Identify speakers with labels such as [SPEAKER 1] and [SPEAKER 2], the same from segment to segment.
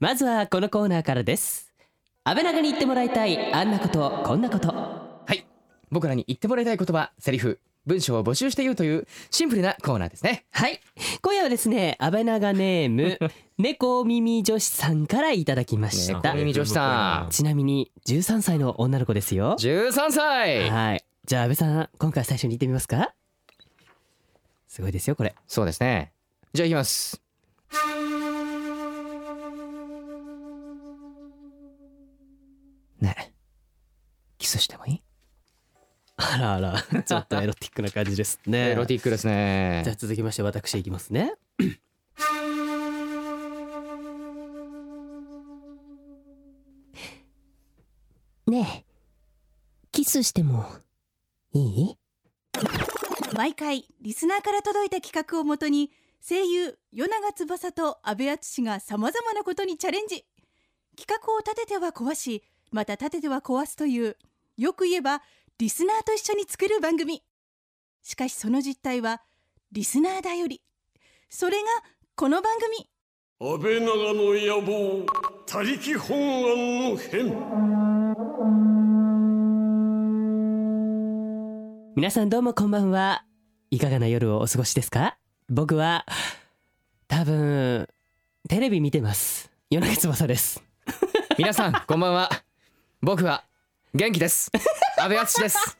[SPEAKER 1] まずはこのコーナーからです安倍長に言ってもらいたいあんなことこんなこと
[SPEAKER 2] はい僕らに言ってもらいたい言葉セリフ文章を募集して言うというシンプルなコーナーですね
[SPEAKER 1] はい今夜はですね安倍長ネー ム猫耳女子さんからいただきまし
[SPEAKER 2] ダ
[SPEAKER 1] た
[SPEAKER 2] メ耳女子さん
[SPEAKER 1] ちなみに13歳の女の子ですよ
[SPEAKER 2] 13歳
[SPEAKER 1] はいじゃあ安倍さん今回最初に言ってみますかすごいですよこれ
[SPEAKER 2] そうですねじゃあいきますねえキスしてもいい
[SPEAKER 1] あらあらちょっとエロティックな感じですね
[SPEAKER 2] エロティックです
[SPEAKER 1] じゃあ
[SPEAKER 2] ね
[SPEAKER 1] 続きまして私いきますねねえキスしてもいい
[SPEAKER 3] 毎回リスナーから届いた企画をもとに声優与永翼と阿部淳がさまざまなことにチャレンジ企画を立てては壊しまた立てては壊すというよく言えばリスナーと一緒に作る番組しかしその実態はリスナーだよりそれがこの番組
[SPEAKER 4] 安倍長の野望他力本願の変
[SPEAKER 1] 皆さんどうもこんばんはいかがな夜をお過ごしですか僕は多分テレビ見てます夜中翼です
[SPEAKER 2] 皆さんこんばんは僕は元 気です安倍敦です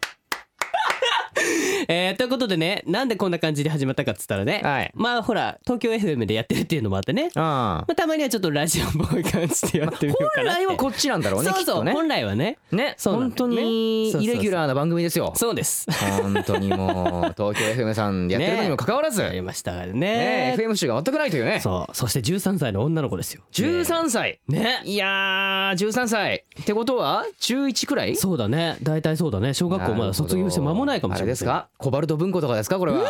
[SPEAKER 1] えー、ということでねなんでこんな感じで始まったかっつったらね、
[SPEAKER 2] はい
[SPEAKER 1] まあほら東京 FM でやってるっていうのもあってね、
[SPEAKER 2] あ
[SPEAKER 1] まあ、たまにはちょっとラジオっぽい感じでやってみようか
[SPEAKER 2] 本
[SPEAKER 1] なって
[SPEAKER 2] 来はこっちなんだろうね
[SPEAKER 1] そう
[SPEAKER 2] きっ
[SPEAKER 1] そう、
[SPEAKER 2] とね
[SPEAKER 1] 本来はね
[SPEAKER 2] ね
[SPEAKER 1] そうなん
[SPEAKER 2] 本
[SPEAKER 1] だよね
[SPEAKER 2] 当に
[SPEAKER 1] そうそう
[SPEAKER 2] イ
[SPEAKER 1] そう
[SPEAKER 2] レギュラーな番組ですよ
[SPEAKER 1] そうです
[SPEAKER 2] 本当にもう東京 FM さんでやってるのにもかか わらず
[SPEAKER 1] やり
[SPEAKER 2] ね
[SPEAKER 1] ましたからね
[SPEAKER 2] え FM 集が全くないというね
[SPEAKER 1] そうそして13歳の女の子ですよ
[SPEAKER 2] 13歳
[SPEAKER 1] ね
[SPEAKER 2] いやー13歳ってことは11くらい
[SPEAKER 1] そうだね大体そうだね小学校まだ卒業して間もないかもしれ
[SPEAKER 2] あれ
[SPEAKER 1] ない
[SPEAKER 2] ですかコバルト文庫とかですかこれは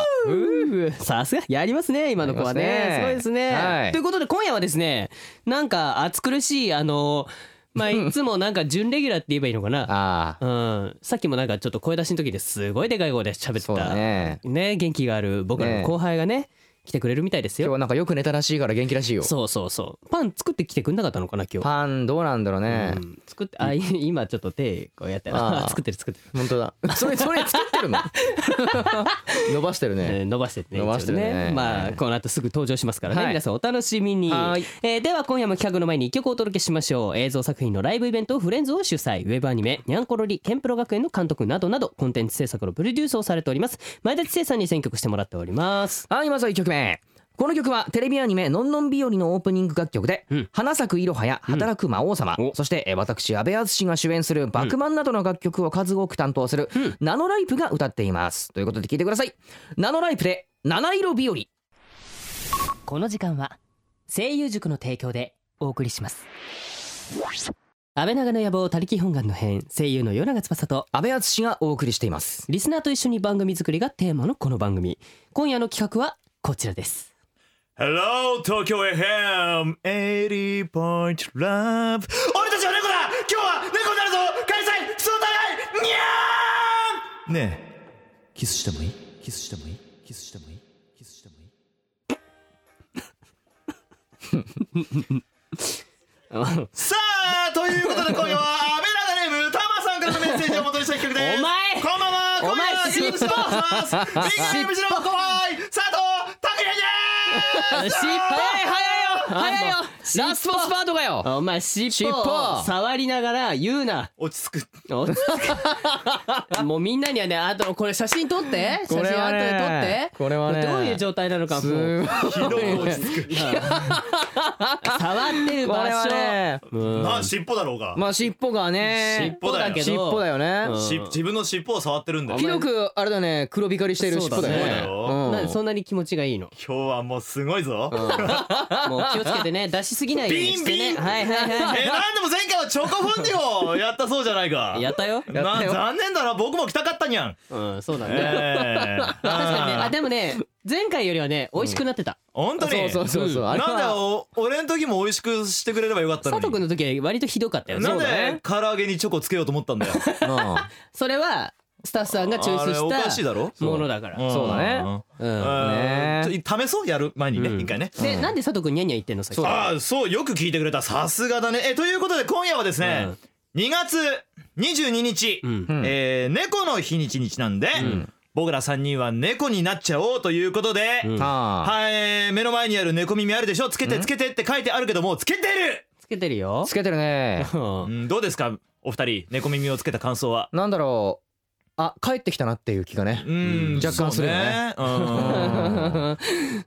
[SPEAKER 1] さすがやりますね今の子はね
[SPEAKER 2] やりますね
[SPEAKER 1] すごいですね、
[SPEAKER 2] はい
[SPEAKER 1] ということで今夜はですねなんか暑苦しいあのまあいつもなんか準レギュラーって言えばいいのかな
[SPEAKER 2] あ
[SPEAKER 1] うん、さっきもなんかちょっと声出しの時ですごいでかい声で喋
[SPEAKER 2] あ
[SPEAKER 1] って
[SPEAKER 2] そう
[SPEAKER 1] た
[SPEAKER 2] だ
[SPEAKER 1] ね
[SPEAKER 2] ね
[SPEAKER 1] 元気がある僕らの後輩がね来てくれるみたいです
[SPEAKER 2] 今日
[SPEAKER 1] よ
[SPEAKER 2] はなんかよく寝たらしいから元気らしいよ
[SPEAKER 1] そうそうそうパン作ってきてくんなかったのかな今日
[SPEAKER 2] パンどうなんだろうね
[SPEAKER 1] うん作ってあい 今ちょっと手こうやって
[SPEAKER 2] あ
[SPEAKER 1] あ
[SPEAKER 2] ー
[SPEAKER 1] 作ってる作ってる、
[SPEAKER 2] 本当だ それそれ作ってるの 伸ばしてる
[SPEAKER 1] えー
[SPEAKER 2] ね
[SPEAKER 1] 伸ばしてってね
[SPEAKER 2] 伸ばしてるね
[SPEAKER 1] 一応まあこの後すぐ登場しますからね、
[SPEAKER 2] はい
[SPEAKER 1] 皆さんお楽しみに
[SPEAKER 2] はーい
[SPEAKER 1] えーでは今夜も企画の前に一曲お届けしましょう映像作品のライブイベントフレンズを主催ウェブアニメニャンコロリケンプロ学園の監督などなどコンテンツ制作のプロデュースをされております前田知世さんに選曲してもらっております
[SPEAKER 2] はいまずは1曲目この曲はテレビアニメ「のんのん日和」のオープニング楽曲で
[SPEAKER 1] うん
[SPEAKER 2] 「花咲くいろは」や「
[SPEAKER 1] うん
[SPEAKER 2] 働く魔王様
[SPEAKER 1] お」
[SPEAKER 2] そしてえー私阿部淳が主演する「バクマン」などの楽曲を数多く担当する
[SPEAKER 1] うん
[SPEAKER 2] ナノライプが歌っていますということで聞いてくださいナノライプで「七色日和」
[SPEAKER 1] この時間は声優塾の提供でお送りします安倍長の野望他力本願の編声優の与永翼と
[SPEAKER 2] 阿部淳がお送りしています
[SPEAKER 1] リスナーと一緒に番組作りがテーマのこの番組今夜の企画はこちらです
[SPEAKER 5] Hello, Tokyo FM 80.Love 俺たちは猫だ今日は猫になるぞ開催クソだいにゃーんねえ、キスしてもいいキスしてもいいキスしてもいいキスしてもいいさあということで今夜はアベラダネームタマさんからのメッセージを元にした企画です
[SPEAKER 1] お前
[SPEAKER 5] こんばんは
[SPEAKER 1] お
[SPEAKER 5] 今
[SPEAKER 1] 前
[SPEAKER 5] 夜はチームスポーツマンスビッグネームの後輩佐藤拓也です
[SPEAKER 1] 失敗
[SPEAKER 2] 早いよラスボスパートかよ
[SPEAKER 1] お前尻尾
[SPEAKER 2] 尾
[SPEAKER 1] を触りながら言うな
[SPEAKER 5] 落ち着く
[SPEAKER 1] おもうみんなにはねあとこれ写真撮って写真後で撮って
[SPEAKER 2] これはね
[SPEAKER 1] どういう状態なのかも
[SPEAKER 2] す
[SPEAKER 1] う
[SPEAKER 5] 広く落ち着く
[SPEAKER 1] 触ってる
[SPEAKER 2] これ
[SPEAKER 1] 場
[SPEAKER 2] は
[SPEAKER 1] 所、
[SPEAKER 2] ね
[SPEAKER 1] うん
[SPEAKER 5] まあ尻尾だろうが、
[SPEAKER 2] まあ尻尾がね
[SPEAKER 5] 尾だよ
[SPEAKER 2] 尻尾だよね
[SPEAKER 1] うん
[SPEAKER 5] し自分の尻尾を触ってるんだよ
[SPEAKER 2] ひど
[SPEAKER 5] 今
[SPEAKER 2] くあれだね黒光りしてる尻尾だよ
[SPEAKER 1] そうだ
[SPEAKER 2] ね
[SPEAKER 1] ね
[SPEAKER 2] うん
[SPEAKER 1] なんでそんなに気持ちが いいの
[SPEAKER 5] 日はもうすごいぞ、
[SPEAKER 1] もう気をつけてね出しすぎないようにして
[SPEAKER 5] ビ
[SPEAKER 1] ね
[SPEAKER 5] ンビン
[SPEAKER 1] はいはい
[SPEAKER 5] え
[SPEAKER 1] は
[SPEAKER 5] なんでも前回はチョコフォンデュをやったそうじゃないか
[SPEAKER 1] いやったよ
[SPEAKER 5] な残念だな僕も来たかったにゃん、
[SPEAKER 1] うんそうだね
[SPEAKER 5] ええ
[SPEAKER 1] 確かにね
[SPEAKER 5] あ
[SPEAKER 1] あ
[SPEAKER 5] ー
[SPEAKER 1] でもね前回よりはね美味しくなってた
[SPEAKER 5] 本当に
[SPEAKER 2] そうそうそうそう、
[SPEAKER 1] うん
[SPEAKER 2] あれ
[SPEAKER 5] なんだ
[SPEAKER 2] は
[SPEAKER 5] よ俺の時も美味しくしてくれればよかったの
[SPEAKER 1] 佐
[SPEAKER 5] に
[SPEAKER 1] 藤君の時は割とひどかったよね
[SPEAKER 5] な
[SPEAKER 1] そ
[SPEAKER 5] ん
[SPEAKER 1] うだね
[SPEAKER 5] で唐揚げにチョコつけようと思ったんだよ
[SPEAKER 2] うん
[SPEAKER 1] それはスタッフさんが抽出
[SPEAKER 5] あれおかしい
[SPEAKER 1] し
[SPEAKER 5] だろ
[SPEAKER 1] たものだから
[SPEAKER 5] ん
[SPEAKER 2] そうだね
[SPEAKER 1] う
[SPEAKER 5] うんん
[SPEAKER 2] ね
[SPEAKER 5] ちょ試そうやる前にね、一回ね
[SPEAKER 1] でなんで佐藤君ニャンニャン言ってんのさっき
[SPEAKER 2] そう
[SPEAKER 5] ああそうよく聞いてくれたさすがだねえということで今夜はですね、2月22日、
[SPEAKER 1] うん
[SPEAKER 2] ん
[SPEAKER 5] えー猫の日にちにちなんで、僕ら3人は猫になっちゃおうということで、
[SPEAKER 1] うん
[SPEAKER 2] はあ
[SPEAKER 5] はいえー目の前にある猫耳あるでしょつけてつけてって書いてあるけどもうつけてる、
[SPEAKER 1] つけてるよ
[SPEAKER 2] つけてるね
[SPEAKER 1] うん
[SPEAKER 5] うん、どうですかお二人猫耳をつけた感想は
[SPEAKER 2] なんだろうあ帰ってきたなっていう気がね
[SPEAKER 5] うん
[SPEAKER 2] 若干するよね
[SPEAKER 5] そうね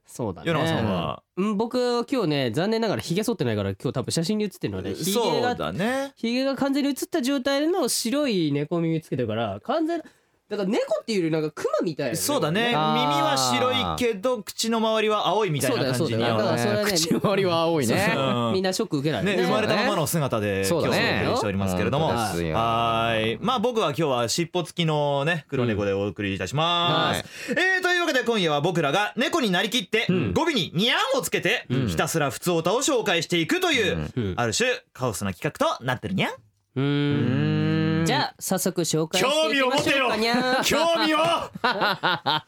[SPEAKER 1] そうだ
[SPEAKER 5] うん米長さん
[SPEAKER 1] ね
[SPEAKER 5] は、
[SPEAKER 1] うん僕今日ね残念ながらひげ剃ってないから今日多分写真に写ってるのはねひ
[SPEAKER 5] そ
[SPEAKER 1] げ
[SPEAKER 5] う
[SPEAKER 1] が
[SPEAKER 5] だね
[SPEAKER 1] ひげが完全に映った状態の白い猫耳つけてるから完全だから猫っていうよりなんかクマみたいな、
[SPEAKER 5] そうだね耳
[SPEAKER 2] あー
[SPEAKER 5] は白いけど口の周りは青いみたいな感
[SPEAKER 1] そう
[SPEAKER 5] じ
[SPEAKER 1] だ
[SPEAKER 5] に
[SPEAKER 1] よそうだよ
[SPEAKER 5] ね
[SPEAKER 1] それはね
[SPEAKER 2] 口の周りは青い ね
[SPEAKER 5] そううん
[SPEAKER 1] みんなショック受けない
[SPEAKER 5] 生まれたままの姿で今
[SPEAKER 2] そう
[SPEAKER 5] 日
[SPEAKER 2] だ
[SPEAKER 5] お
[SPEAKER 2] ね
[SPEAKER 5] 送りしておりますけれども
[SPEAKER 2] 本
[SPEAKER 5] は
[SPEAKER 2] 当ですよ
[SPEAKER 5] ーいまあ僕は今日は尻尾付きのね黒猫でお送りいたします、えーというわけで今夜は僕らが猫になりきって語尾にニャンをつけてひたすら普通歌を紹介していくという
[SPEAKER 1] うん
[SPEAKER 5] ある種カオスな企画となってるにゃん
[SPEAKER 1] う
[SPEAKER 2] う
[SPEAKER 1] ーん
[SPEAKER 2] ーん
[SPEAKER 1] じゃあ早速紹介していきましょうかにゃー
[SPEAKER 5] 興味を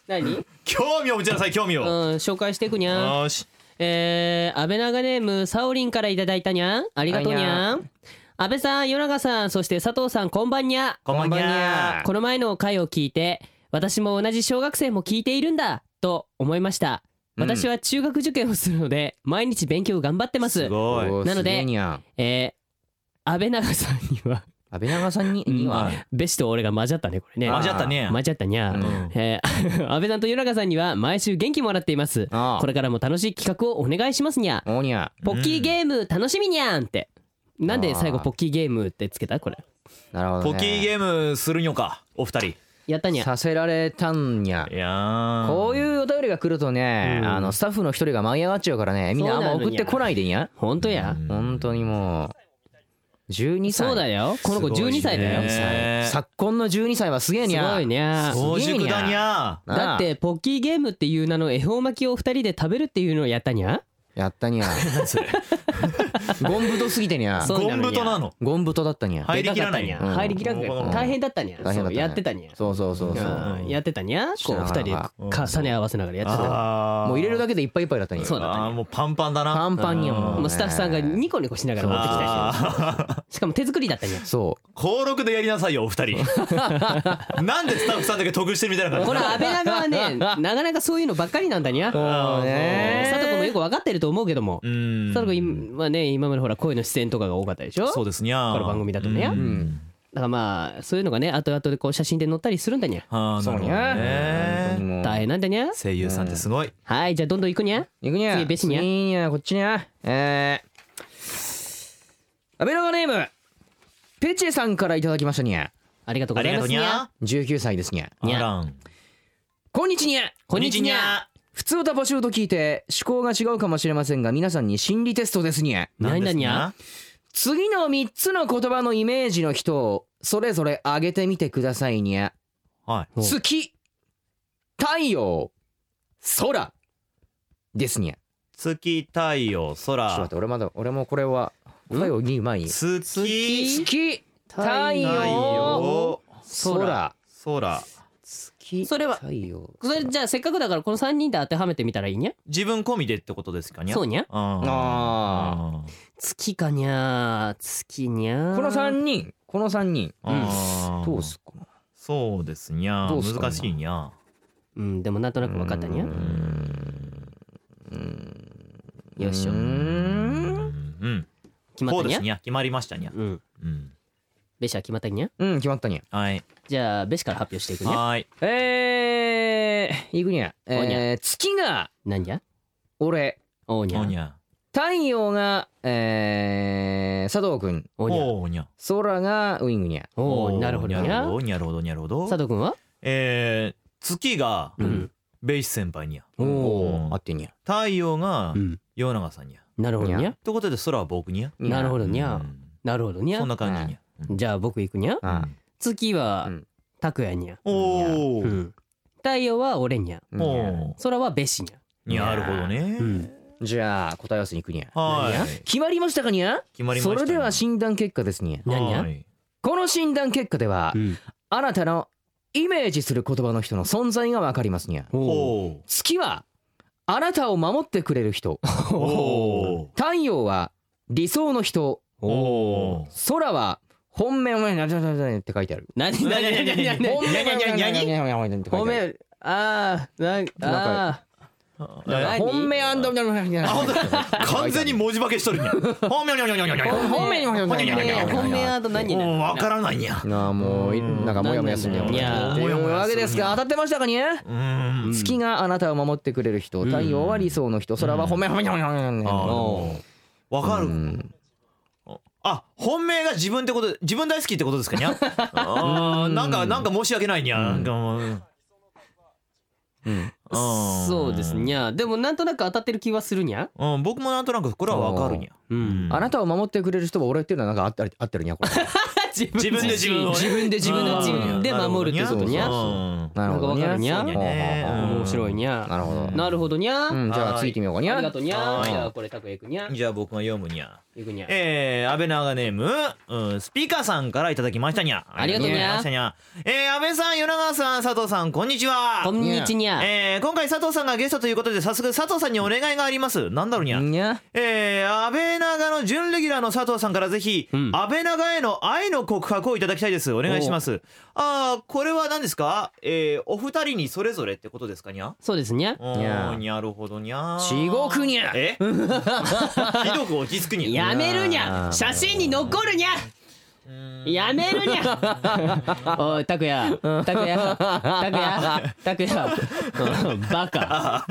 [SPEAKER 1] 何うん
[SPEAKER 5] 興味を持ちなさい興味を
[SPEAKER 1] 紹介していくにゃー
[SPEAKER 5] よーし
[SPEAKER 1] えー、安倍長ネームサオリンからいただいたにゃんありがとうにゃん安倍さん与永さんそして佐藤さんこんばんにゃ
[SPEAKER 5] こんばんにゃ
[SPEAKER 1] この前の回を聞いて私も同じ小学生も聞いているんだと思いました私は中学受験をするので毎日勉強頑張ってます
[SPEAKER 5] すごい
[SPEAKER 2] おー
[SPEAKER 1] なのです
[SPEAKER 2] げえにゃん
[SPEAKER 1] えー、安倍長さんには
[SPEAKER 2] 安倍長さんに
[SPEAKER 1] ん
[SPEAKER 2] には
[SPEAKER 1] べしと俺が混じったねこれね
[SPEAKER 5] 混じったね
[SPEAKER 1] 混じったにゃ、
[SPEAKER 5] うん
[SPEAKER 1] えー、 安倍さんと与永さんには毎週元気もらっています
[SPEAKER 2] ああ
[SPEAKER 1] これからも楽しい企画をお願いしますにゃ
[SPEAKER 2] おーにゃ
[SPEAKER 1] ポッキーゲーム楽しみにゃんってなんで最後
[SPEAKER 2] あー
[SPEAKER 1] ポッキーゲームってつけたこれ
[SPEAKER 2] なるほどね
[SPEAKER 5] ポキーゲームするにょかお二人
[SPEAKER 1] やったにゃ
[SPEAKER 2] させられたんにゃ
[SPEAKER 5] いやー
[SPEAKER 2] こういうお便りが来るとね、
[SPEAKER 1] うん
[SPEAKER 2] あのスタッフの一人が舞い上がっちゃうからねみんなあんま
[SPEAKER 1] そうなのにゃ
[SPEAKER 2] 送ってこないでにゃ
[SPEAKER 1] ほんとや
[SPEAKER 2] 本当にもう12歳
[SPEAKER 1] そうだよこの子12歳だよ
[SPEAKER 5] すごいね
[SPEAKER 2] 昨今の12歳はすげえ
[SPEAKER 1] す
[SPEAKER 2] にゃ
[SPEAKER 1] ごいね
[SPEAKER 2] そう
[SPEAKER 5] 早熟だにゃ
[SPEAKER 2] なあ
[SPEAKER 1] だってポッキーゲームっていう名の恵方巻きを二人で食べるっていうのをやったにゃ
[SPEAKER 2] やっ たにゃゴンブトすぎてにゃ
[SPEAKER 1] そう
[SPEAKER 5] ゴンブトなの
[SPEAKER 2] ゴンブトだったにゃ
[SPEAKER 5] 入りきらない
[SPEAKER 1] でかかった
[SPEAKER 2] う
[SPEAKER 1] にゃ
[SPEAKER 2] ん
[SPEAKER 1] 入りきらんく
[SPEAKER 5] う
[SPEAKER 1] ら
[SPEAKER 5] ん
[SPEAKER 1] 大変だったにゃ
[SPEAKER 2] 大変
[SPEAKER 1] そう
[SPEAKER 2] だったね
[SPEAKER 1] やってたにゃ
[SPEAKER 2] そうそうそうそう
[SPEAKER 1] うんやってたにゃこう
[SPEAKER 2] なか
[SPEAKER 1] 二人で
[SPEAKER 2] な
[SPEAKER 1] 重ね合わせながらやってた
[SPEAKER 5] あー
[SPEAKER 2] もう入れるだけでいっぱいいっぱいだったにゃ
[SPEAKER 1] そうだったに
[SPEAKER 5] あー
[SPEAKER 1] ゃ
[SPEAKER 5] もうパンパンだな
[SPEAKER 2] パンパンにゃもう
[SPEAKER 1] もうスタッフさんがニコニコしながら持ってきた
[SPEAKER 5] あー
[SPEAKER 1] ししかも手作りだったにゃ
[SPEAKER 2] そう
[SPEAKER 5] 登録でやりなさいよお二人なんでスタッフさんだけ得してるみたいな感じ
[SPEAKER 1] この安倍長はねなかなかそういうのばっかりなんだにゃ
[SPEAKER 2] そうね
[SPEAKER 1] 佐藤君もよく分かってると思うけども
[SPEAKER 5] うん
[SPEAKER 1] 佐藤君はね今までほら声の出演とかが多かったでしょ
[SPEAKER 5] そうですにゃ
[SPEAKER 1] この番組だとね
[SPEAKER 2] うん
[SPEAKER 1] だからまあそういうのがね後々でこう写真で載ったりするんだにゃ
[SPEAKER 5] あーな
[SPEAKER 2] そ
[SPEAKER 5] る
[SPEAKER 2] う
[SPEAKER 5] ほ
[SPEAKER 2] に
[SPEAKER 5] ど
[SPEAKER 2] ゃ本当に
[SPEAKER 5] ね
[SPEAKER 2] もう
[SPEAKER 1] 大変なんだにゃ
[SPEAKER 5] 声優さんってすごい
[SPEAKER 1] はいじゃあどんどん行くにゃ
[SPEAKER 2] いくにゃ
[SPEAKER 1] 次ベシにゃ
[SPEAKER 2] 次にゃこっちにゃえー、安倍長ネームペチェさんからいただきましたにゃ
[SPEAKER 1] ありがとう
[SPEAKER 5] あ
[SPEAKER 1] ござ
[SPEAKER 5] り
[SPEAKER 1] い
[SPEAKER 5] が
[SPEAKER 1] ま
[SPEAKER 5] とう
[SPEAKER 1] す
[SPEAKER 5] にゃ
[SPEAKER 2] 19歳ですにゃ
[SPEAKER 1] にゃ
[SPEAKER 5] あらん
[SPEAKER 2] こんにちにゃ
[SPEAKER 1] こんにちにゃ
[SPEAKER 2] 普通歌募集と聞いて思考が違うかもしれませんが皆さんに心理テストですにゃ
[SPEAKER 1] なんだにゃ
[SPEAKER 2] 次の3つの言葉のイメージの人をそれぞれ挙げてみてくださいにゃ
[SPEAKER 5] は
[SPEAKER 1] お
[SPEAKER 2] 月太陽空ですにゃ
[SPEAKER 5] い月太陽
[SPEAKER 2] ちょっと待
[SPEAKER 5] 空
[SPEAKER 2] って俺まだ俺もこれは太陽に前に
[SPEAKER 5] 月
[SPEAKER 2] 月太
[SPEAKER 5] 太
[SPEAKER 2] 陽
[SPEAKER 5] 陽
[SPEAKER 2] 空
[SPEAKER 5] 空
[SPEAKER 2] 月
[SPEAKER 1] それは
[SPEAKER 2] 太陽
[SPEAKER 1] それじゃあせっかくだからこの3人で当てはめてみたらいいにゃ
[SPEAKER 5] 自分込みでってことですかにゃ
[SPEAKER 1] そうにゃ
[SPEAKER 5] あー
[SPEAKER 1] 月かにゃ月にゃ
[SPEAKER 2] この3人この3人
[SPEAKER 5] あー
[SPEAKER 2] どうすっかな
[SPEAKER 5] そうですにゃ
[SPEAKER 2] どうすか
[SPEAKER 5] 難しいにゃ
[SPEAKER 1] うんでもなんとなく分かったにゃよいしょ
[SPEAKER 5] うん
[SPEAKER 1] 決ま
[SPEAKER 5] こ
[SPEAKER 1] っ
[SPEAKER 5] う
[SPEAKER 1] た
[SPEAKER 5] で
[SPEAKER 1] に
[SPEAKER 5] す
[SPEAKER 1] ゃ
[SPEAKER 5] にゃ決まりましたにゃ
[SPEAKER 1] うん
[SPEAKER 5] うん
[SPEAKER 1] ベシは決まったにゃ
[SPEAKER 2] うん決まったにゃ
[SPEAKER 5] はい
[SPEAKER 1] じゃあベシから発表していくにゃ
[SPEAKER 5] はい
[SPEAKER 2] えー、いくにゃ、
[SPEAKER 1] おに
[SPEAKER 2] えー、
[SPEAKER 1] ゃ
[SPEAKER 2] 月が
[SPEAKER 1] なんじゃ
[SPEAKER 2] 俺
[SPEAKER 1] おうに
[SPEAKER 5] お
[SPEAKER 1] ゃ
[SPEAKER 5] うにゃ
[SPEAKER 2] 太陽が、えー、佐藤くん
[SPEAKER 1] おうにゃ
[SPEAKER 5] おうにゃ
[SPEAKER 2] 空がウイングにゃ
[SPEAKER 1] おうなるほどにゃ
[SPEAKER 5] おうにゃるほどにゃるほど
[SPEAKER 1] 佐藤君は
[SPEAKER 5] えー月が
[SPEAKER 1] うん
[SPEAKER 5] ベイシ先輩にゃ
[SPEAKER 1] お
[SPEAKER 5] おう
[SPEAKER 2] あってにゃ
[SPEAKER 5] 太陽が
[SPEAKER 1] うん
[SPEAKER 5] 世永さんにゃ
[SPEAKER 1] なるほどに
[SPEAKER 2] に
[SPEAKER 1] ゃ
[SPEAKER 5] ということで空は僕にゃ
[SPEAKER 1] なるほどにゃ
[SPEAKER 5] うん
[SPEAKER 1] なるほどにゃ
[SPEAKER 5] そんな感じにゃ
[SPEAKER 1] じゃあ僕行くにゃ
[SPEAKER 2] あ
[SPEAKER 1] 月は
[SPEAKER 2] うん
[SPEAKER 1] 拓也にゃ
[SPEAKER 5] おお
[SPEAKER 1] うん太陽は俺にゃ
[SPEAKER 2] にゃ
[SPEAKER 1] 空はベシにゃ
[SPEAKER 5] にゃなるほど
[SPEAKER 1] う
[SPEAKER 5] ね
[SPEAKER 1] ん
[SPEAKER 2] じゃあ答え合わせに行くにゃ
[SPEAKER 5] は
[SPEAKER 1] 何
[SPEAKER 5] い
[SPEAKER 2] 決まりましたかにゃ
[SPEAKER 5] 決まりました
[SPEAKER 2] それでは診断結果ですにゃ
[SPEAKER 1] にゃにゃ
[SPEAKER 5] はい
[SPEAKER 2] この診断結果では、
[SPEAKER 1] うん
[SPEAKER 2] あなたのイメージする言葉の人の存在がわかりますにゃ
[SPEAKER 5] お
[SPEAKER 2] 月はあなたを守ってくれる人
[SPEAKER 5] おお
[SPEAKER 2] 太陽は理想の人
[SPEAKER 5] おお
[SPEAKER 2] 空は本命はななななって書いてある
[SPEAKER 1] 何何何何何
[SPEAKER 2] 本命は
[SPEAKER 5] にゃにゃにゃに
[SPEAKER 2] に
[SPEAKER 1] ごめんあーなん
[SPEAKER 2] なん
[SPEAKER 1] あ
[SPEAKER 2] ゃ本命アンド
[SPEAKER 5] 完全に文字化けしとるにゃ ほんにゃにゃにゃにゃにゃにゃ
[SPEAKER 2] 本命にゃにゃにゃに
[SPEAKER 1] ー
[SPEAKER 2] ゃにゃ
[SPEAKER 1] 本命アート何になる
[SPEAKER 5] わからないにゃ
[SPEAKER 2] なあもういなんかモヤモヤするね
[SPEAKER 1] なんなんだ
[SPEAKER 2] と
[SPEAKER 5] よ
[SPEAKER 2] いうわけですが当たってましたかね
[SPEAKER 5] うん
[SPEAKER 2] 月があなたを守ってくれる人太陽は理想の人空は褒め褒め褒め褒め
[SPEAKER 5] あ
[SPEAKER 2] 褒
[SPEAKER 5] のわかるあ本命が自分ってこと自分大好きってことですかにゃあーなんかなんか申し訳ないにゃなんかもう
[SPEAKER 2] め
[SPEAKER 5] あー
[SPEAKER 1] そうですにゃでもなんとなく当たってる気はするにゃ
[SPEAKER 5] うん僕もなんとなくこれはわかるにゃ
[SPEAKER 1] うん
[SPEAKER 2] あなたを守ってくれる人は俺っていうのはなんかあったり合ってるにゃこ れ
[SPEAKER 5] 自分で自分をね
[SPEAKER 1] 自分で自分の自分で守るってことにゃ
[SPEAKER 5] うん
[SPEAKER 2] なるほど
[SPEAKER 1] なんかわかるにゃ
[SPEAKER 2] ほうほうほう
[SPEAKER 5] ね
[SPEAKER 1] 面白いにゃ
[SPEAKER 2] なるほど
[SPEAKER 1] なるほどにゃ
[SPEAKER 2] うんじゃあ次行ってみようかに
[SPEAKER 1] あ
[SPEAKER 2] ゃ
[SPEAKER 1] りがとうにゃ
[SPEAKER 5] はい
[SPEAKER 1] じゃあこれタクエくにゃ
[SPEAKER 5] じゃあ僕が読むにゃ
[SPEAKER 1] いくにゃ
[SPEAKER 5] えー、安倍長ネーム、うん、スピカさんからいただきましたにゃ
[SPEAKER 1] ありがとうにゃ
[SPEAKER 5] ありがとうにゃえー、安倍さん与那川さん佐藤さんこんにちは
[SPEAKER 1] こんにちにゃ
[SPEAKER 5] えー、今回佐藤さんがゲストということで早速佐藤さんにお願いがありますなんだろうにゃ
[SPEAKER 2] にゃ
[SPEAKER 5] えー、安倍長の準レギュラーの佐藤さんからぜひ、
[SPEAKER 1] ん
[SPEAKER 5] 安倍長への愛の告白をいただきたいですお願いしますあーこれは何ですかえー、お二人にそれぞれってことですかにゃ
[SPEAKER 1] そうですにゃ
[SPEAKER 5] お
[SPEAKER 2] にゃ
[SPEAKER 5] ーにゃるほどにゃ
[SPEAKER 2] 地獄にゃ
[SPEAKER 5] えひどく落ち着くにゃ
[SPEAKER 1] やめるにゃ写真に残るにゃやめるにゃ おいタクヤタクヤタクヤタクヤうんバカ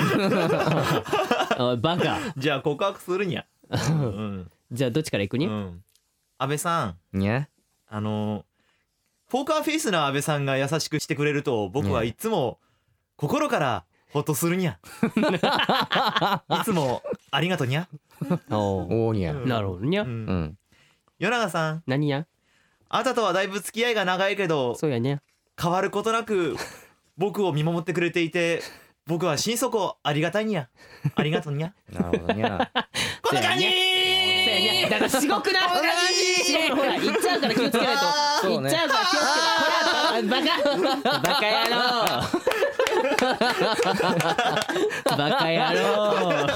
[SPEAKER 1] おいバカ
[SPEAKER 5] じゃあ告白するにゃ。うん。
[SPEAKER 1] じゃあどっちから行く
[SPEAKER 5] う
[SPEAKER 1] に
[SPEAKER 5] ん。安倍さん、
[SPEAKER 2] にゃ
[SPEAKER 5] あのポーカーフェイスの安倍さんが優しくしてくれると僕はいつも心からほっとする にゃ。いつもありがとにゃ。
[SPEAKER 1] お
[SPEAKER 2] おーにゃ
[SPEAKER 5] ん
[SPEAKER 1] なるほどにゃ
[SPEAKER 5] うん
[SPEAKER 2] うん
[SPEAKER 5] 与永さん、
[SPEAKER 1] 何や
[SPEAKER 5] あなたとはだいぶ付き合いが長いけど
[SPEAKER 1] そうやにゃ
[SPEAKER 5] 変わることなく僕を見守ってくれていて。僕は心底ありがたいにゃ。ありがと にゃ。
[SPEAKER 2] なるほどにゃ
[SPEAKER 5] こんな感じ。
[SPEAKER 1] そうやにゃだからすごくなすごいほら行っちゃうから気をつけないと
[SPEAKER 2] そう
[SPEAKER 1] 行っち
[SPEAKER 2] ね
[SPEAKER 1] ゃうから気をつけないほらバカバカ 野郎 バカ野郎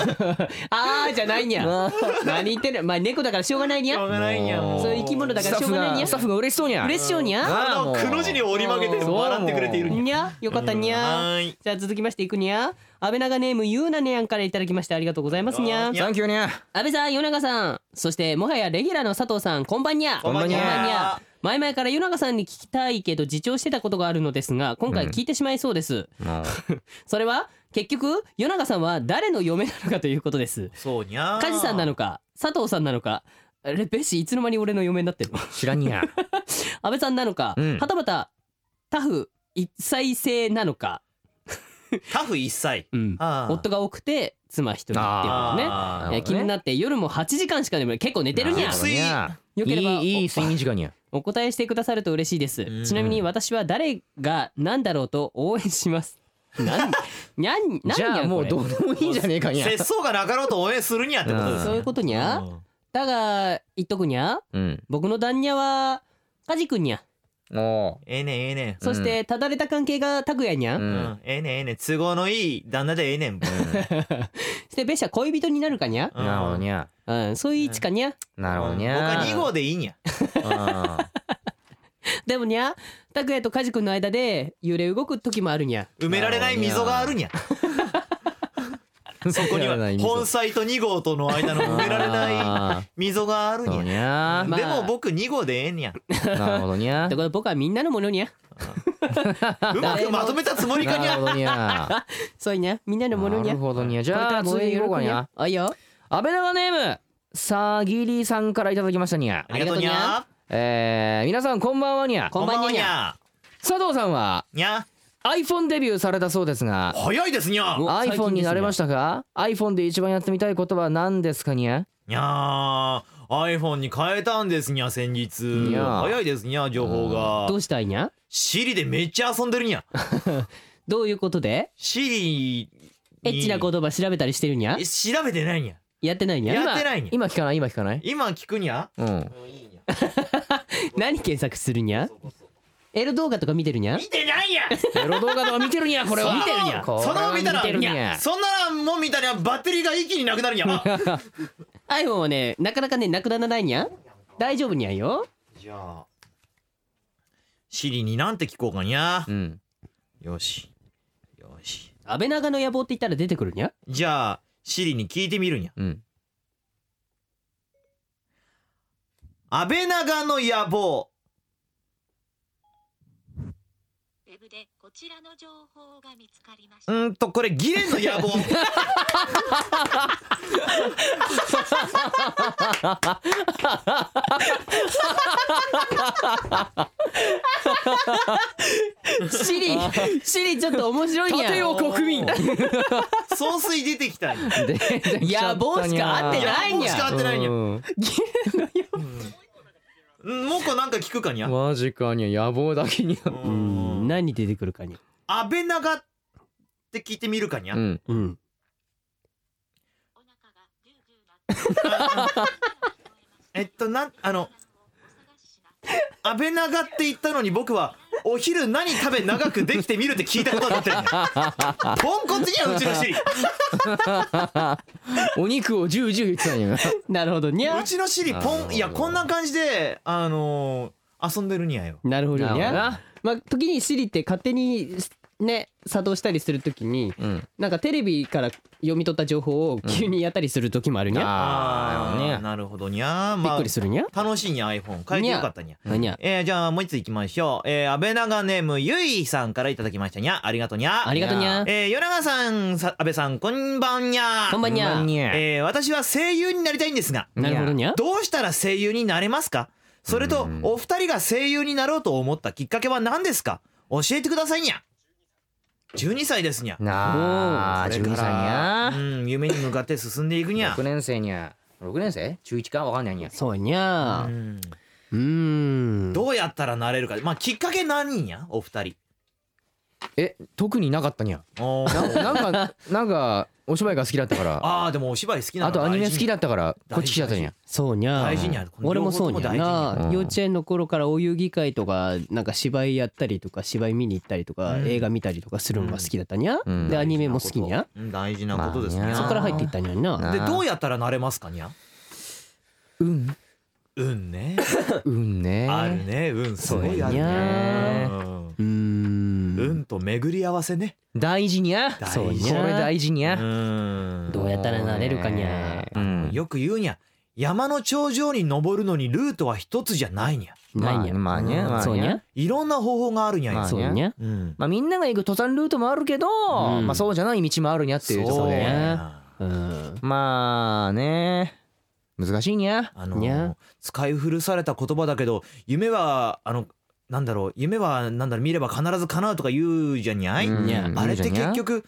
[SPEAKER 1] あーじゃないにゃ何言ってんのまあ猫だからしょうがないに
[SPEAKER 5] しょう
[SPEAKER 1] ゃ
[SPEAKER 5] がないにゃ。も
[SPEAKER 1] そういう生き物だ
[SPEAKER 2] ス
[SPEAKER 1] から
[SPEAKER 2] タ
[SPEAKER 1] し
[SPEAKER 2] ッ
[SPEAKER 1] ょう
[SPEAKER 2] フ
[SPEAKER 1] がないに
[SPEAKER 2] が
[SPEAKER 1] ゃ
[SPEAKER 2] スタッフが嬉しそうにゃ
[SPEAKER 1] 嬉しそうにゃ
[SPEAKER 5] あのくの字に折り曲げて笑ってくれているにゃ。
[SPEAKER 1] にゃよかったにゃ
[SPEAKER 5] はい
[SPEAKER 1] じゃあ続きましていくにゃ安倍長ネームゆうなねやんからいただきましてありがとうございますにゃ
[SPEAKER 2] サンキューにゃ
[SPEAKER 1] 安倍さん、与永さん、そしてもはやレギュラーの佐藤さん、こんばんにゃ。
[SPEAKER 5] こんばんにゃ
[SPEAKER 1] 前々から与永さんに聞きたいけど自重してたことがあるのですが、今回聞いてしまいそうです。
[SPEAKER 2] も
[SPEAKER 1] それは結局与永さんは誰の嫁なのかということです。
[SPEAKER 5] そうにゃー。
[SPEAKER 1] 梶さんなのか、佐藤さんなのか。あれベッシーいつの間に俺の嫁になってるの
[SPEAKER 2] う知らんにゃ
[SPEAKER 1] 安倍さんなのか、
[SPEAKER 2] うん
[SPEAKER 1] はたまたタフ一妻制なのか、
[SPEAKER 5] タフ一切。
[SPEAKER 1] うん、
[SPEAKER 5] あー
[SPEAKER 1] 夫が多くて妻一人っていうのね
[SPEAKER 5] あ
[SPEAKER 1] えー気になって夜も8時間しか眠れ結構寝てるにゃ
[SPEAKER 5] なるほど
[SPEAKER 2] にゃ
[SPEAKER 1] よければ
[SPEAKER 2] いいいい睡眠時間にゃ
[SPEAKER 1] お答えしてくださると嬉しいです
[SPEAKER 5] うん
[SPEAKER 1] ちなみに私は誰が何だろうと応援し ますなんにゃんなん
[SPEAKER 2] じゃあもうど
[SPEAKER 1] う
[SPEAKER 2] うでもいいんじゃねえかにゃ
[SPEAKER 5] 節操がなかろうと応援するにゃってことです
[SPEAKER 1] そういうことにゃ
[SPEAKER 5] うん
[SPEAKER 1] だが言っとくにゃ
[SPEAKER 2] うん
[SPEAKER 1] 僕の旦那はカジ君にゃ
[SPEAKER 2] も
[SPEAKER 5] ええねんええねん。
[SPEAKER 1] そしてただれた関係が拓也にゃ、
[SPEAKER 2] うう
[SPEAKER 5] うんんええねんええねん。都合のいい旦那でええねん。
[SPEAKER 1] そしてベシャ恋人になるかにゃ、
[SPEAKER 5] うん
[SPEAKER 2] なるほどにゃ
[SPEAKER 1] うん、そういう位置かにゃ、
[SPEAKER 2] なるほどにゃ
[SPEAKER 5] 僕は二号でいいにゃ。
[SPEAKER 1] でもにゃ拓也とカジ君の間で揺れ動く時もあるにゃ
[SPEAKER 5] 埋められない溝があるにゃ。
[SPEAKER 2] そ
[SPEAKER 5] ここ には本妻と二号との間の埋められない溝がある
[SPEAKER 2] そう
[SPEAKER 5] に
[SPEAKER 2] に
[SPEAKER 5] ゃ。
[SPEAKER 2] ゃ
[SPEAKER 1] まあ
[SPEAKER 5] でも僕二号でええにゃ。
[SPEAKER 2] なるほど にゃ
[SPEAKER 1] だから僕はみんなのものにゃ
[SPEAKER 5] うまくまとめたつもりかに
[SPEAKER 2] なる
[SPEAKER 5] ゃ。
[SPEAKER 2] ほどにゃ
[SPEAKER 1] そういにゃみんなのものに
[SPEAKER 2] な
[SPEAKER 1] ゃ
[SPEAKER 2] るほどにゃじ
[SPEAKER 1] これか
[SPEAKER 2] ゃあ
[SPEAKER 1] ら
[SPEAKER 2] もう
[SPEAKER 1] 続いて
[SPEAKER 2] い
[SPEAKER 1] よ
[SPEAKER 2] こう
[SPEAKER 1] ろ
[SPEAKER 2] か
[SPEAKER 1] く
[SPEAKER 2] に
[SPEAKER 1] に
[SPEAKER 2] ゃ
[SPEAKER 1] ゃあいいよ
[SPEAKER 2] 安倍長ネームさぎりさんからいただきましたにゃ
[SPEAKER 5] ありがとうにゃ。
[SPEAKER 2] えー皆さんこんばんはにゃ
[SPEAKER 1] こんばんはに
[SPEAKER 5] ゃ。
[SPEAKER 2] 佐藤さんは
[SPEAKER 5] にゃ。
[SPEAKER 2] iPhone デビューされたそうですが
[SPEAKER 5] 早いですにゃ。
[SPEAKER 1] お最近です
[SPEAKER 2] iPhone
[SPEAKER 1] ね
[SPEAKER 2] になれましたか iPhone で一番やってみたいことは何ですかにゃ
[SPEAKER 5] にゃー iPhone に変えたんですにゃ先日
[SPEAKER 2] にゃ
[SPEAKER 5] 早いですにゃ情報が
[SPEAKER 1] どうしたいにゃ
[SPEAKER 5] Siri でめっちゃ遊んでるにゃ
[SPEAKER 1] どういうことで
[SPEAKER 5] Siri に
[SPEAKER 1] エッチな言葉調べたりしてるにゃ
[SPEAKER 5] 調べてないにゃ
[SPEAKER 1] やってないにゃ
[SPEAKER 5] やってないにゃ
[SPEAKER 2] 今聞かない今聞かない
[SPEAKER 5] 今聞くにゃ
[SPEAKER 2] うん
[SPEAKER 1] 何検索するにゃエロ動画とか見てるにゃ
[SPEAKER 5] 見てないやん
[SPEAKER 2] エロ動画とか見てるにゃこれは
[SPEAKER 5] そんなの
[SPEAKER 2] これ
[SPEAKER 5] そんな
[SPEAKER 2] は
[SPEAKER 5] の見たら
[SPEAKER 2] てるに
[SPEAKER 5] い
[SPEAKER 2] ゃ
[SPEAKER 5] やそんなもん見たらバッテリーが一気になくなるにゃあ
[SPEAKER 1] iPhone はねなかなかねなくならないにゃ大丈夫にゃよ
[SPEAKER 5] じゃあシリになんて聞こうかにゃ
[SPEAKER 2] うん
[SPEAKER 5] よしよし
[SPEAKER 1] 安倍長の野望って言ったら出てくるにゃ
[SPEAKER 5] じゃあシリに聞いてみるにゃ
[SPEAKER 2] うん
[SPEAKER 5] 安倍長の野望
[SPEAKER 6] ウェブでこちらの情報が見つかりま
[SPEAKER 5] う
[SPEAKER 6] した。
[SPEAKER 5] ーんとこれギレンの 野望
[SPEAKER 1] シリシリちょっと面白いにゃ
[SPEAKER 2] 立てよ国 民
[SPEAKER 5] 総帥出てきたにゃ
[SPEAKER 1] 野望しか合ってないに
[SPEAKER 5] 野望しか合
[SPEAKER 1] ゃ
[SPEAKER 5] ってないにゃ
[SPEAKER 2] うん
[SPEAKER 5] うんもう一個なんか聞くかにゃ
[SPEAKER 2] マジかにゃ野望だけにゃ
[SPEAKER 1] う
[SPEAKER 5] うん
[SPEAKER 1] ん何出てくるかにゃ
[SPEAKER 5] 安倍長って聞いてみるかにゃ
[SPEAKER 2] うん
[SPEAKER 1] うん
[SPEAKER 6] お腹がぐーぐーなって
[SPEAKER 5] えっとなんあの
[SPEAKER 6] お探ししな
[SPEAKER 5] 安倍長って言ったのに僕はお昼何食べ長くできてみるって聞いたことになっ てるんだよポンコツにはうちのシリ
[SPEAKER 2] お肉をジュージュー言ってたにゃ
[SPEAKER 1] なるほどにゃ
[SPEAKER 5] うちのシリポンいやこんな感じであのー、遊んでるにゃよ
[SPEAKER 1] なるほどに
[SPEAKER 2] なるほど
[SPEAKER 1] ゃ
[SPEAKER 2] な
[SPEAKER 1] まあ時にシリって勝手にね作動したりするときに
[SPEAKER 2] うん
[SPEAKER 1] なんかテレビから読み取った情報を急にやったりする時もあるにゃ、
[SPEAKER 2] あ
[SPEAKER 5] ー
[SPEAKER 2] ーね
[SPEAKER 5] なるほどにゃ
[SPEAKER 1] びっ
[SPEAKER 5] ま
[SPEAKER 1] くりするにゃ、
[SPEAKER 5] あ楽しいにゃ iPhone 変えてよかったにゃ
[SPEAKER 1] にゃ
[SPEAKER 5] えー、じゃあもう一ついきましょうえー、安倍長ネームゆいさんからいただきましたにゃありがとうにゃ
[SPEAKER 1] ありがとうにゃ
[SPEAKER 5] えー、与永さんさ安倍さんこんばんにゃ
[SPEAKER 1] こんばんにゃ
[SPEAKER 5] えー、私は声優になりたいんですが
[SPEAKER 1] なるほどにゃ
[SPEAKER 5] どうしたら声優になれますかそれとお二人が声優になろうと思ったきっかけは何ですか教えてくださいにゃ12歳ですにゃ
[SPEAKER 2] なあ
[SPEAKER 5] これ
[SPEAKER 2] 12
[SPEAKER 5] か
[SPEAKER 2] 歳
[SPEAKER 5] ら
[SPEAKER 2] にゃ
[SPEAKER 5] うん夢に向かって進んでいくにゃ
[SPEAKER 2] 6年生にゃ6年生中1かわかんないにゃ
[SPEAKER 1] そうにゃ
[SPEAKER 5] うん
[SPEAKER 1] うーん
[SPEAKER 5] どうやったらなれるかまあきっかけ何にゃお二人
[SPEAKER 2] え特になかったにゃ
[SPEAKER 5] おー
[SPEAKER 2] なんかなんかお芝居が好きだったから
[SPEAKER 5] あーでもお芝居好きなの
[SPEAKER 2] あとアニメ好きだったから
[SPEAKER 5] 大事に
[SPEAKER 2] こっち来ちゃったにゃ
[SPEAKER 1] そうにゃ
[SPEAKER 5] 大事にゃこの
[SPEAKER 1] 俺もそうにゃ
[SPEAKER 5] 両方とも大事にゃ
[SPEAKER 1] な
[SPEAKER 2] うん
[SPEAKER 1] 幼稚園の頃からお遊戯会とかなんか芝居やったりとか芝居見に行ったりとか、
[SPEAKER 5] うん
[SPEAKER 1] 映画見たりとかするのが好きだったにゃ、
[SPEAKER 2] うん
[SPEAKER 1] でアニメも好きにゃ
[SPEAKER 5] うん大事なことです
[SPEAKER 2] まあ
[SPEAKER 5] ね
[SPEAKER 2] にゃ
[SPEAKER 1] そこから入っていったにゃにな
[SPEAKER 2] な
[SPEAKER 5] でどうやったらなれますかにゃ
[SPEAKER 2] うん
[SPEAKER 5] うんね
[SPEAKER 2] うんね
[SPEAKER 5] あるねうんすごいある
[SPEAKER 1] そう
[SPEAKER 5] ね
[SPEAKER 1] や
[SPEAKER 5] うん
[SPEAKER 1] うーん
[SPEAKER 5] 運と巡り合わせね
[SPEAKER 2] 大事にゃ
[SPEAKER 5] 大
[SPEAKER 1] 事にゃ
[SPEAKER 2] これ大事にゃ
[SPEAKER 5] うん
[SPEAKER 1] どうやったらなれるかにゃ
[SPEAKER 2] うん
[SPEAKER 5] よく言うにゃ山の頂上に登るのにルートは一つじゃないにゃ
[SPEAKER 1] ないにゃ、
[SPEAKER 2] まあにゃまあにゃ
[SPEAKER 1] そうにゃ
[SPEAKER 5] いろんな方法があるにゃ、
[SPEAKER 2] まあ
[SPEAKER 1] そうにゃ
[SPEAKER 5] うん
[SPEAKER 2] まあみんなが行く登山ルートもあるけど
[SPEAKER 1] ん
[SPEAKER 2] まあそうじゃない道もあるにゃっていうとこ
[SPEAKER 5] そ
[SPEAKER 2] ろ
[SPEAKER 5] う
[SPEAKER 1] に
[SPEAKER 2] で
[SPEAKER 1] ゃ
[SPEAKER 5] や
[SPEAKER 1] うん
[SPEAKER 2] まあね難しいにゃ
[SPEAKER 5] あの
[SPEAKER 1] にゃ
[SPEAKER 5] 使い古された言葉だけど夢はあのなんだろう夢はなんだろう見れば必ず叶うとか言うじゃにゃい、
[SPEAKER 2] うん
[SPEAKER 1] にゃ
[SPEAKER 5] あれって
[SPEAKER 2] 言うじゃにゃ
[SPEAKER 5] 結局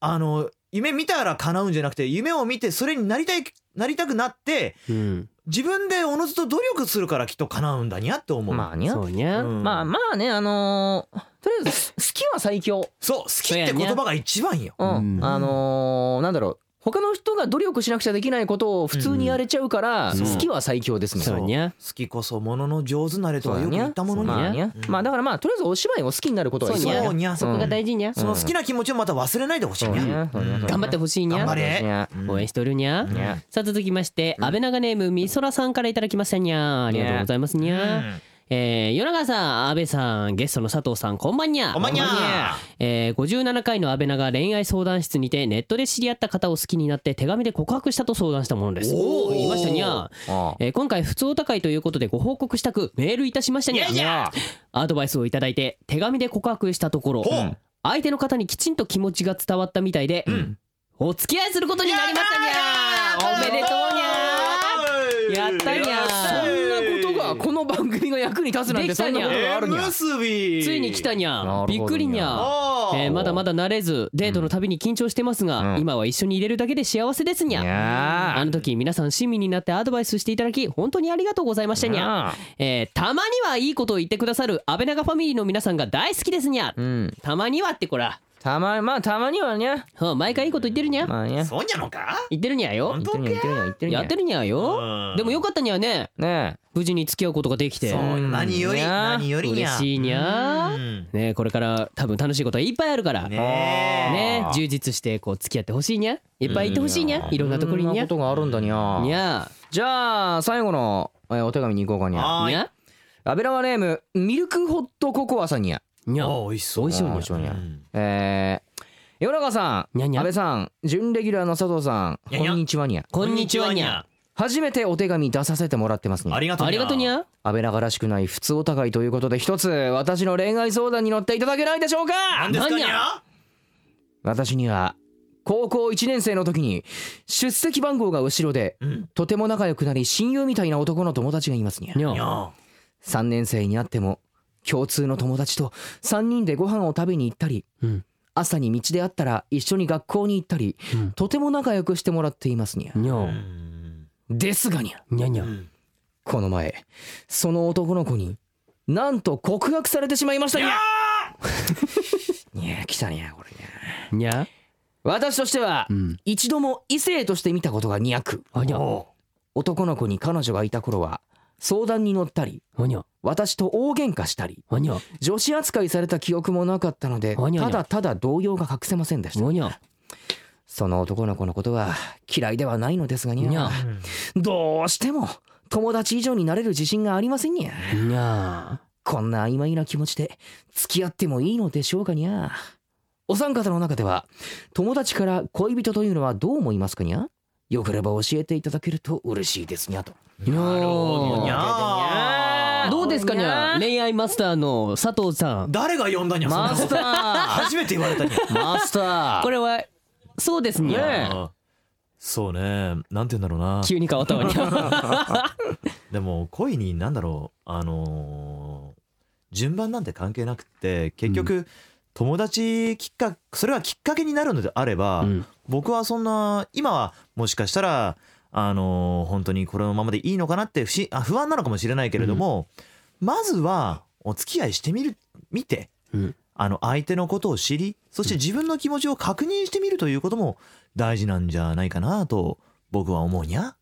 [SPEAKER 5] あの夢見たら叶うんじゃなくて夢を見てそれになりたいなりたくなって
[SPEAKER 1] うん
[SPEAKER 5] 自分でおのずと努力するからきっと叶うんだにゃって思う、
[SPEAKER 2] まあにゃ
[SPEAKER 1] そうにゃ
[SPEAKER 5] うん
[SPEAKER 2] まあまあねあのーとりあえず好きは最強
[SPEAKER 5] そう好きって言葉が一番よ
[SPEAKER 2] うん
[SPEAKER 1] うん
[SPEAKER 2] あのーなんだろう他の人が努力しなくちゃできないことを普通にやれちゃうから
[SPEAKER 1] うん
[SPEAKER 2] 好きは最強ですね
[SPEAKER 1] そうにゃ
[SPEAKER 5] 好きこそものの上手なれ
[SPEAKER 2] そ
[SPEAKER 5] と
[SPEAKER 2] う
[SPEAKER 5] は
[SPEAKER 2] だ
[SPEAKER 5] よく
[SPEAKER 2] にゃ
[SPEAKER 5] 言ったものに
[SPEAKER 1] そう
[SPEAKER 2] まあ
[SPEAKER 1] だ
[SPEAKER 2] にゃ
[SPEAKER 5] うん
[SPEAKER 2] まあだからまあとりあえずお芝居を好きになることは
[SPEAKER 1] そう
[SPEAKER 2] 一
[SPEAKER 1] に
[SPEAKER 2] 番
[SPEAKER 1] ゃ
[SPEAKER 5] そうにゃ
[SPEAKER 1] そこが大事にゃ
[SPEAKER 5] その好きな気持ちをまた忘れないでほしいにゃ
[SPEAKER 2] そうにゃそうにゃ
[SPEAKER 1] 頑張ってほしいに
[SPEAKER 5] 頑張
[SPEAKER 1] ゃ
[SPEAKER 5] れ
[SPEAKER 2] にゃ
[SPEAKER 1] 応援しとるにゃ
[SPEAKER 2] にゃ
[SPEAKER 1] さあ続きまして安倍長ネームみそらさんからいただきましたにゃありがとうございますに
[SPEAKER 5] う
[SPEAKER 1] ゃ
[SPEAKER 5] ん
[SPEAKER 1] えー、夜中さん安倍さんゲストの佐藤さんこんばんにゃ
[SPEAKER 5] こんばんにゃ
[SPEAKER 1] えー、57回の安倍長恋愛相談室にてネットで知り合った方を好きになって手紙で告白したと相談したものです
[SPEAKER 5] おー
[SPEAKER 1] 言いましたにゃ
[SPEAKER 2] あ
[SPEAKER 1] えー今回普通お高いということでご報告したくメールいたしましたにゃ
[SPEAKER 5] いやいや
[SPEAKER 1] アドバイスをいただいて手紙で告白したところ
[SPEAKER 5] ほう
[SPEAKER 1] 相手の方にきちんと気持ちが伝わったみたいで、お付き合いすることになりましたにゃおめでとうにゃ
[SPEAKER 5] ゃ
[SPEAKER 1] やったにゃ
[SPEAKER 2] そんなことがこの番組が役に立つなんて
[SPEAKER 1] でき
[SPEAKER 2] そ
[SPEAKER 1] た
[SPEAKER 2] ん
[SPEAKER 1] に
[SPEAKER 2] な
[SPEAKER 1] ゃ
[SPEAKER 2] ことがあるにゃ
[SPEAKER 5] 結び
[SPEAKER 1] ついに来たに
[SPEAKER 2] なる
[SPEAKER 1] ゃ
[SPEAKER 2] ほど
[SPEAKER 1] びっくりにゃ
[SPEAKER 5] お
[SPEAKER 1] えーまだまだ慣れずデートのたびに緊張してますが、
[SPEAKER 2] うん
[SPEAKER 1] 今は一緒に入れるだけで幸せですにゃ
[SPEAKER 2] にゃ
[SPEAKER 1] あの時皆さん親身になってアドバイスしていただき本当にありがとうございましたにゃえーたまにはいいことを言ってくださる安倍長ファミリーの皆さんが大好きですにゃ
[SPEAKER 2] うん
[SPEAKER 1] たまにはってこら
[SPEAKER 2] たままあたまにはにゃ
[SPEAKER 1] うん毎回いいこと言ってるにゃ
[SPEAKER 2] まあにゃ
[SPEAKER 5] そうなのか
[SPEAKER 1] 言ってるにゃよ
[SPEAKER 5] 本当
[SPEAKER 2] 言ってるにゃ言ってるにゃ
[SPEAKER 1] やって
[SPEAKER 2] る
[SPEAKER 1] るにゃよ
[SPEAKER 5] うん
[SPEAKER 1] でもよかったにゃね
[SPEAKER 2] ね
[SPEAKER 1] 無事に付き合うことができて
[SPEAKER 5] そう何より
[SPEAKER 2] いやー
[SPEAKER 5] 何よりにゃ
[SPEAKER 1] 嬉しいにゃ
[SPEAKER 5] うん
[SPEAKER 1] ねこれから多分楽しいことはいっぱいあるからね
[SPEAKER 5] ねえ
[SPEAKER 1] 充実してこう付き合ってほしいにゃいっぱいいてほしいにゃいろんなところに
[SPEAKER 2] そん
[SPEAKER 1] に
[SPEAKER 2] な
[SPEAKER 1] ゃ
[SPEAKER 2] ことがあるんだにゃ
[SPEAKER 1] にゃ
[SPEAKER 2] じゃあ最後のえーお手紙に行こうかにゃ
[SPEAKER 5] は
[SPEAKER 1] に
[SPEAKER 5] ーい
[SPEAKER 1] ゃ
[SPEAKER 2] アベラガネームミルクホットココアさんにゃ
[SPEAKER 1] にゃ
[SPEAKER 5] あ美味しそう
[SPEAKER 1] 美味しそう
[SPEAKER 2] あー
[SPEAKER 1] に
[SPEAKER 2] 美
[SPEAKER 1] ゃ
[SPEAKER 2] 味しそうにゃ
[SPEAKER 5] うん
[SPEAKER 2] えー夜中さん
[SPEAKER 1] にゃにゃ
[SPEAKER 2] 安倍さん準レギュラーの佐藤さん
[SPEAKER 5] にゃにゃ
[SPEAKER 2] こんにちはにゃ
[SPEAKER 1] こんにちはにゃ
[SPEAKER 2] 初めてお手紙出させてもらってますにゃ
[SPEAKER 5] ありがとう
[SPEAKER 1] ありがとうにゃ
[SPEAKER 2] 安倍長らしくない普通お互いということで一つ私の恋愛相談に乗っていただけないでしょうか
[SPEAKER 5] なんですかに
[SPEAKER 1] なん
[SPEAKER 5] ゃ
[SPEAKER 2] 私には高校1年生の時に出席番号が後ろで
[SPEAKER 5] うん
[SPEAKER 2] とても仲良くなり親友みたいな男の友達がいますにゃ
[SPEAKER 1] に
[SPEAKER 5] に
[SPEAKER 1] ゃ
[SPEAKER 5] ゃ
[SPEAKER 2] 3年生になっても共通の友達と3人でご飯を食べに行ったり、
[SPEAKER 1] うん
[SPEAKER 2] 朝に道で会ったら一緒に学校に行ったり、
[SPEAKER 1] うん
[SPEAKER 2] とても仲良くしてもらっていますにゃ
[SPEAKER 1] にゃ
[SPEAKER 5] うん
[SPEAKER 2] ですがにゃ
[SPEAKER 1] にゃにゃ
[SPEAKER 5] うん
[SPEAKER 2] この前その男の子になんと告白されてしまいましたにゃ にゃ来たにゃこれにゃ
[SPEAKER 1] にゃ
[SPEAKER 2] 私としては、
[SPEAKER 1] うん
[SPEAKER 2] 一度も異性として見たことが200
[SPEAKER 1] あにゃ
[SPEAKER 2] 男の子に彼女がいた頃は相談に乗ったり
[SPEAKER 1] あにゃ
[SPEAKER 2] 私と大喧嘩したり
[SPEAKER 1] あにゃ
[SPEAKER 2] 女子扱いされた記憶もなかったので
[SPEAKER 1] あにゃにゃ
[SPEAKER 2] ただただ動揺が隠せませんでした
[SPEAKER 1] あにゃ
[SPEAKER 2] その男の子のことは嫌いではないのですがに
[SPEAKER 1] にゃ
[SPEAKER 2] ゃどうしても友達以上になれる自信がありませんにゃ
[SPEAKER 1] にゃ
[SPEAKER 2] こんな曖昧な気持ちで付き合ってもいいのでしょうかにゃお三方の中では友達から恋人というのはどう思いますかにゃよければ教えていただけると嬉しいですにゃと
[SPEAKER 1] にゃ
[SPEAKER 5] なるほどにゃ
[SPEAKER 1] どうですかにゃ恋愛マスターの佐藤さん
[SPEAKER 5] 誰が呼んだにゃそんなこ
[SPEAKER 2] マ
[SPEAKER 5] と
[SPEAKER 2] スター
[SPEAKER 5] 初めて言わ れたにゃ
[SPEAKER 2] マスター
[SPEAKER 1] これはそうですにゃ
[SPEAKER 5] あーそうねなんて言うんだろうな
[SPEAKER 1] 急に変わったわにゃ
[SPEAKER 5] でも恋になんだろうあのー順番なんて関係なくって結局、友達きっかそれがきっかけになるのであれば、
[SPEAKER 1] うん
[SPEAKER 5] 僕はそんな今はもしかしたらあのー本当にこのままでいいのかなって不しあ不安なのかもしれないけれども、まずはお付き合いしてみる見て、
[SPEAKER 1] うん
[SPEAKER 5] あの相手のことを知りそして自分の気持ちを確認してみるということも大事なんじゃないかなと僕は思うにゃ。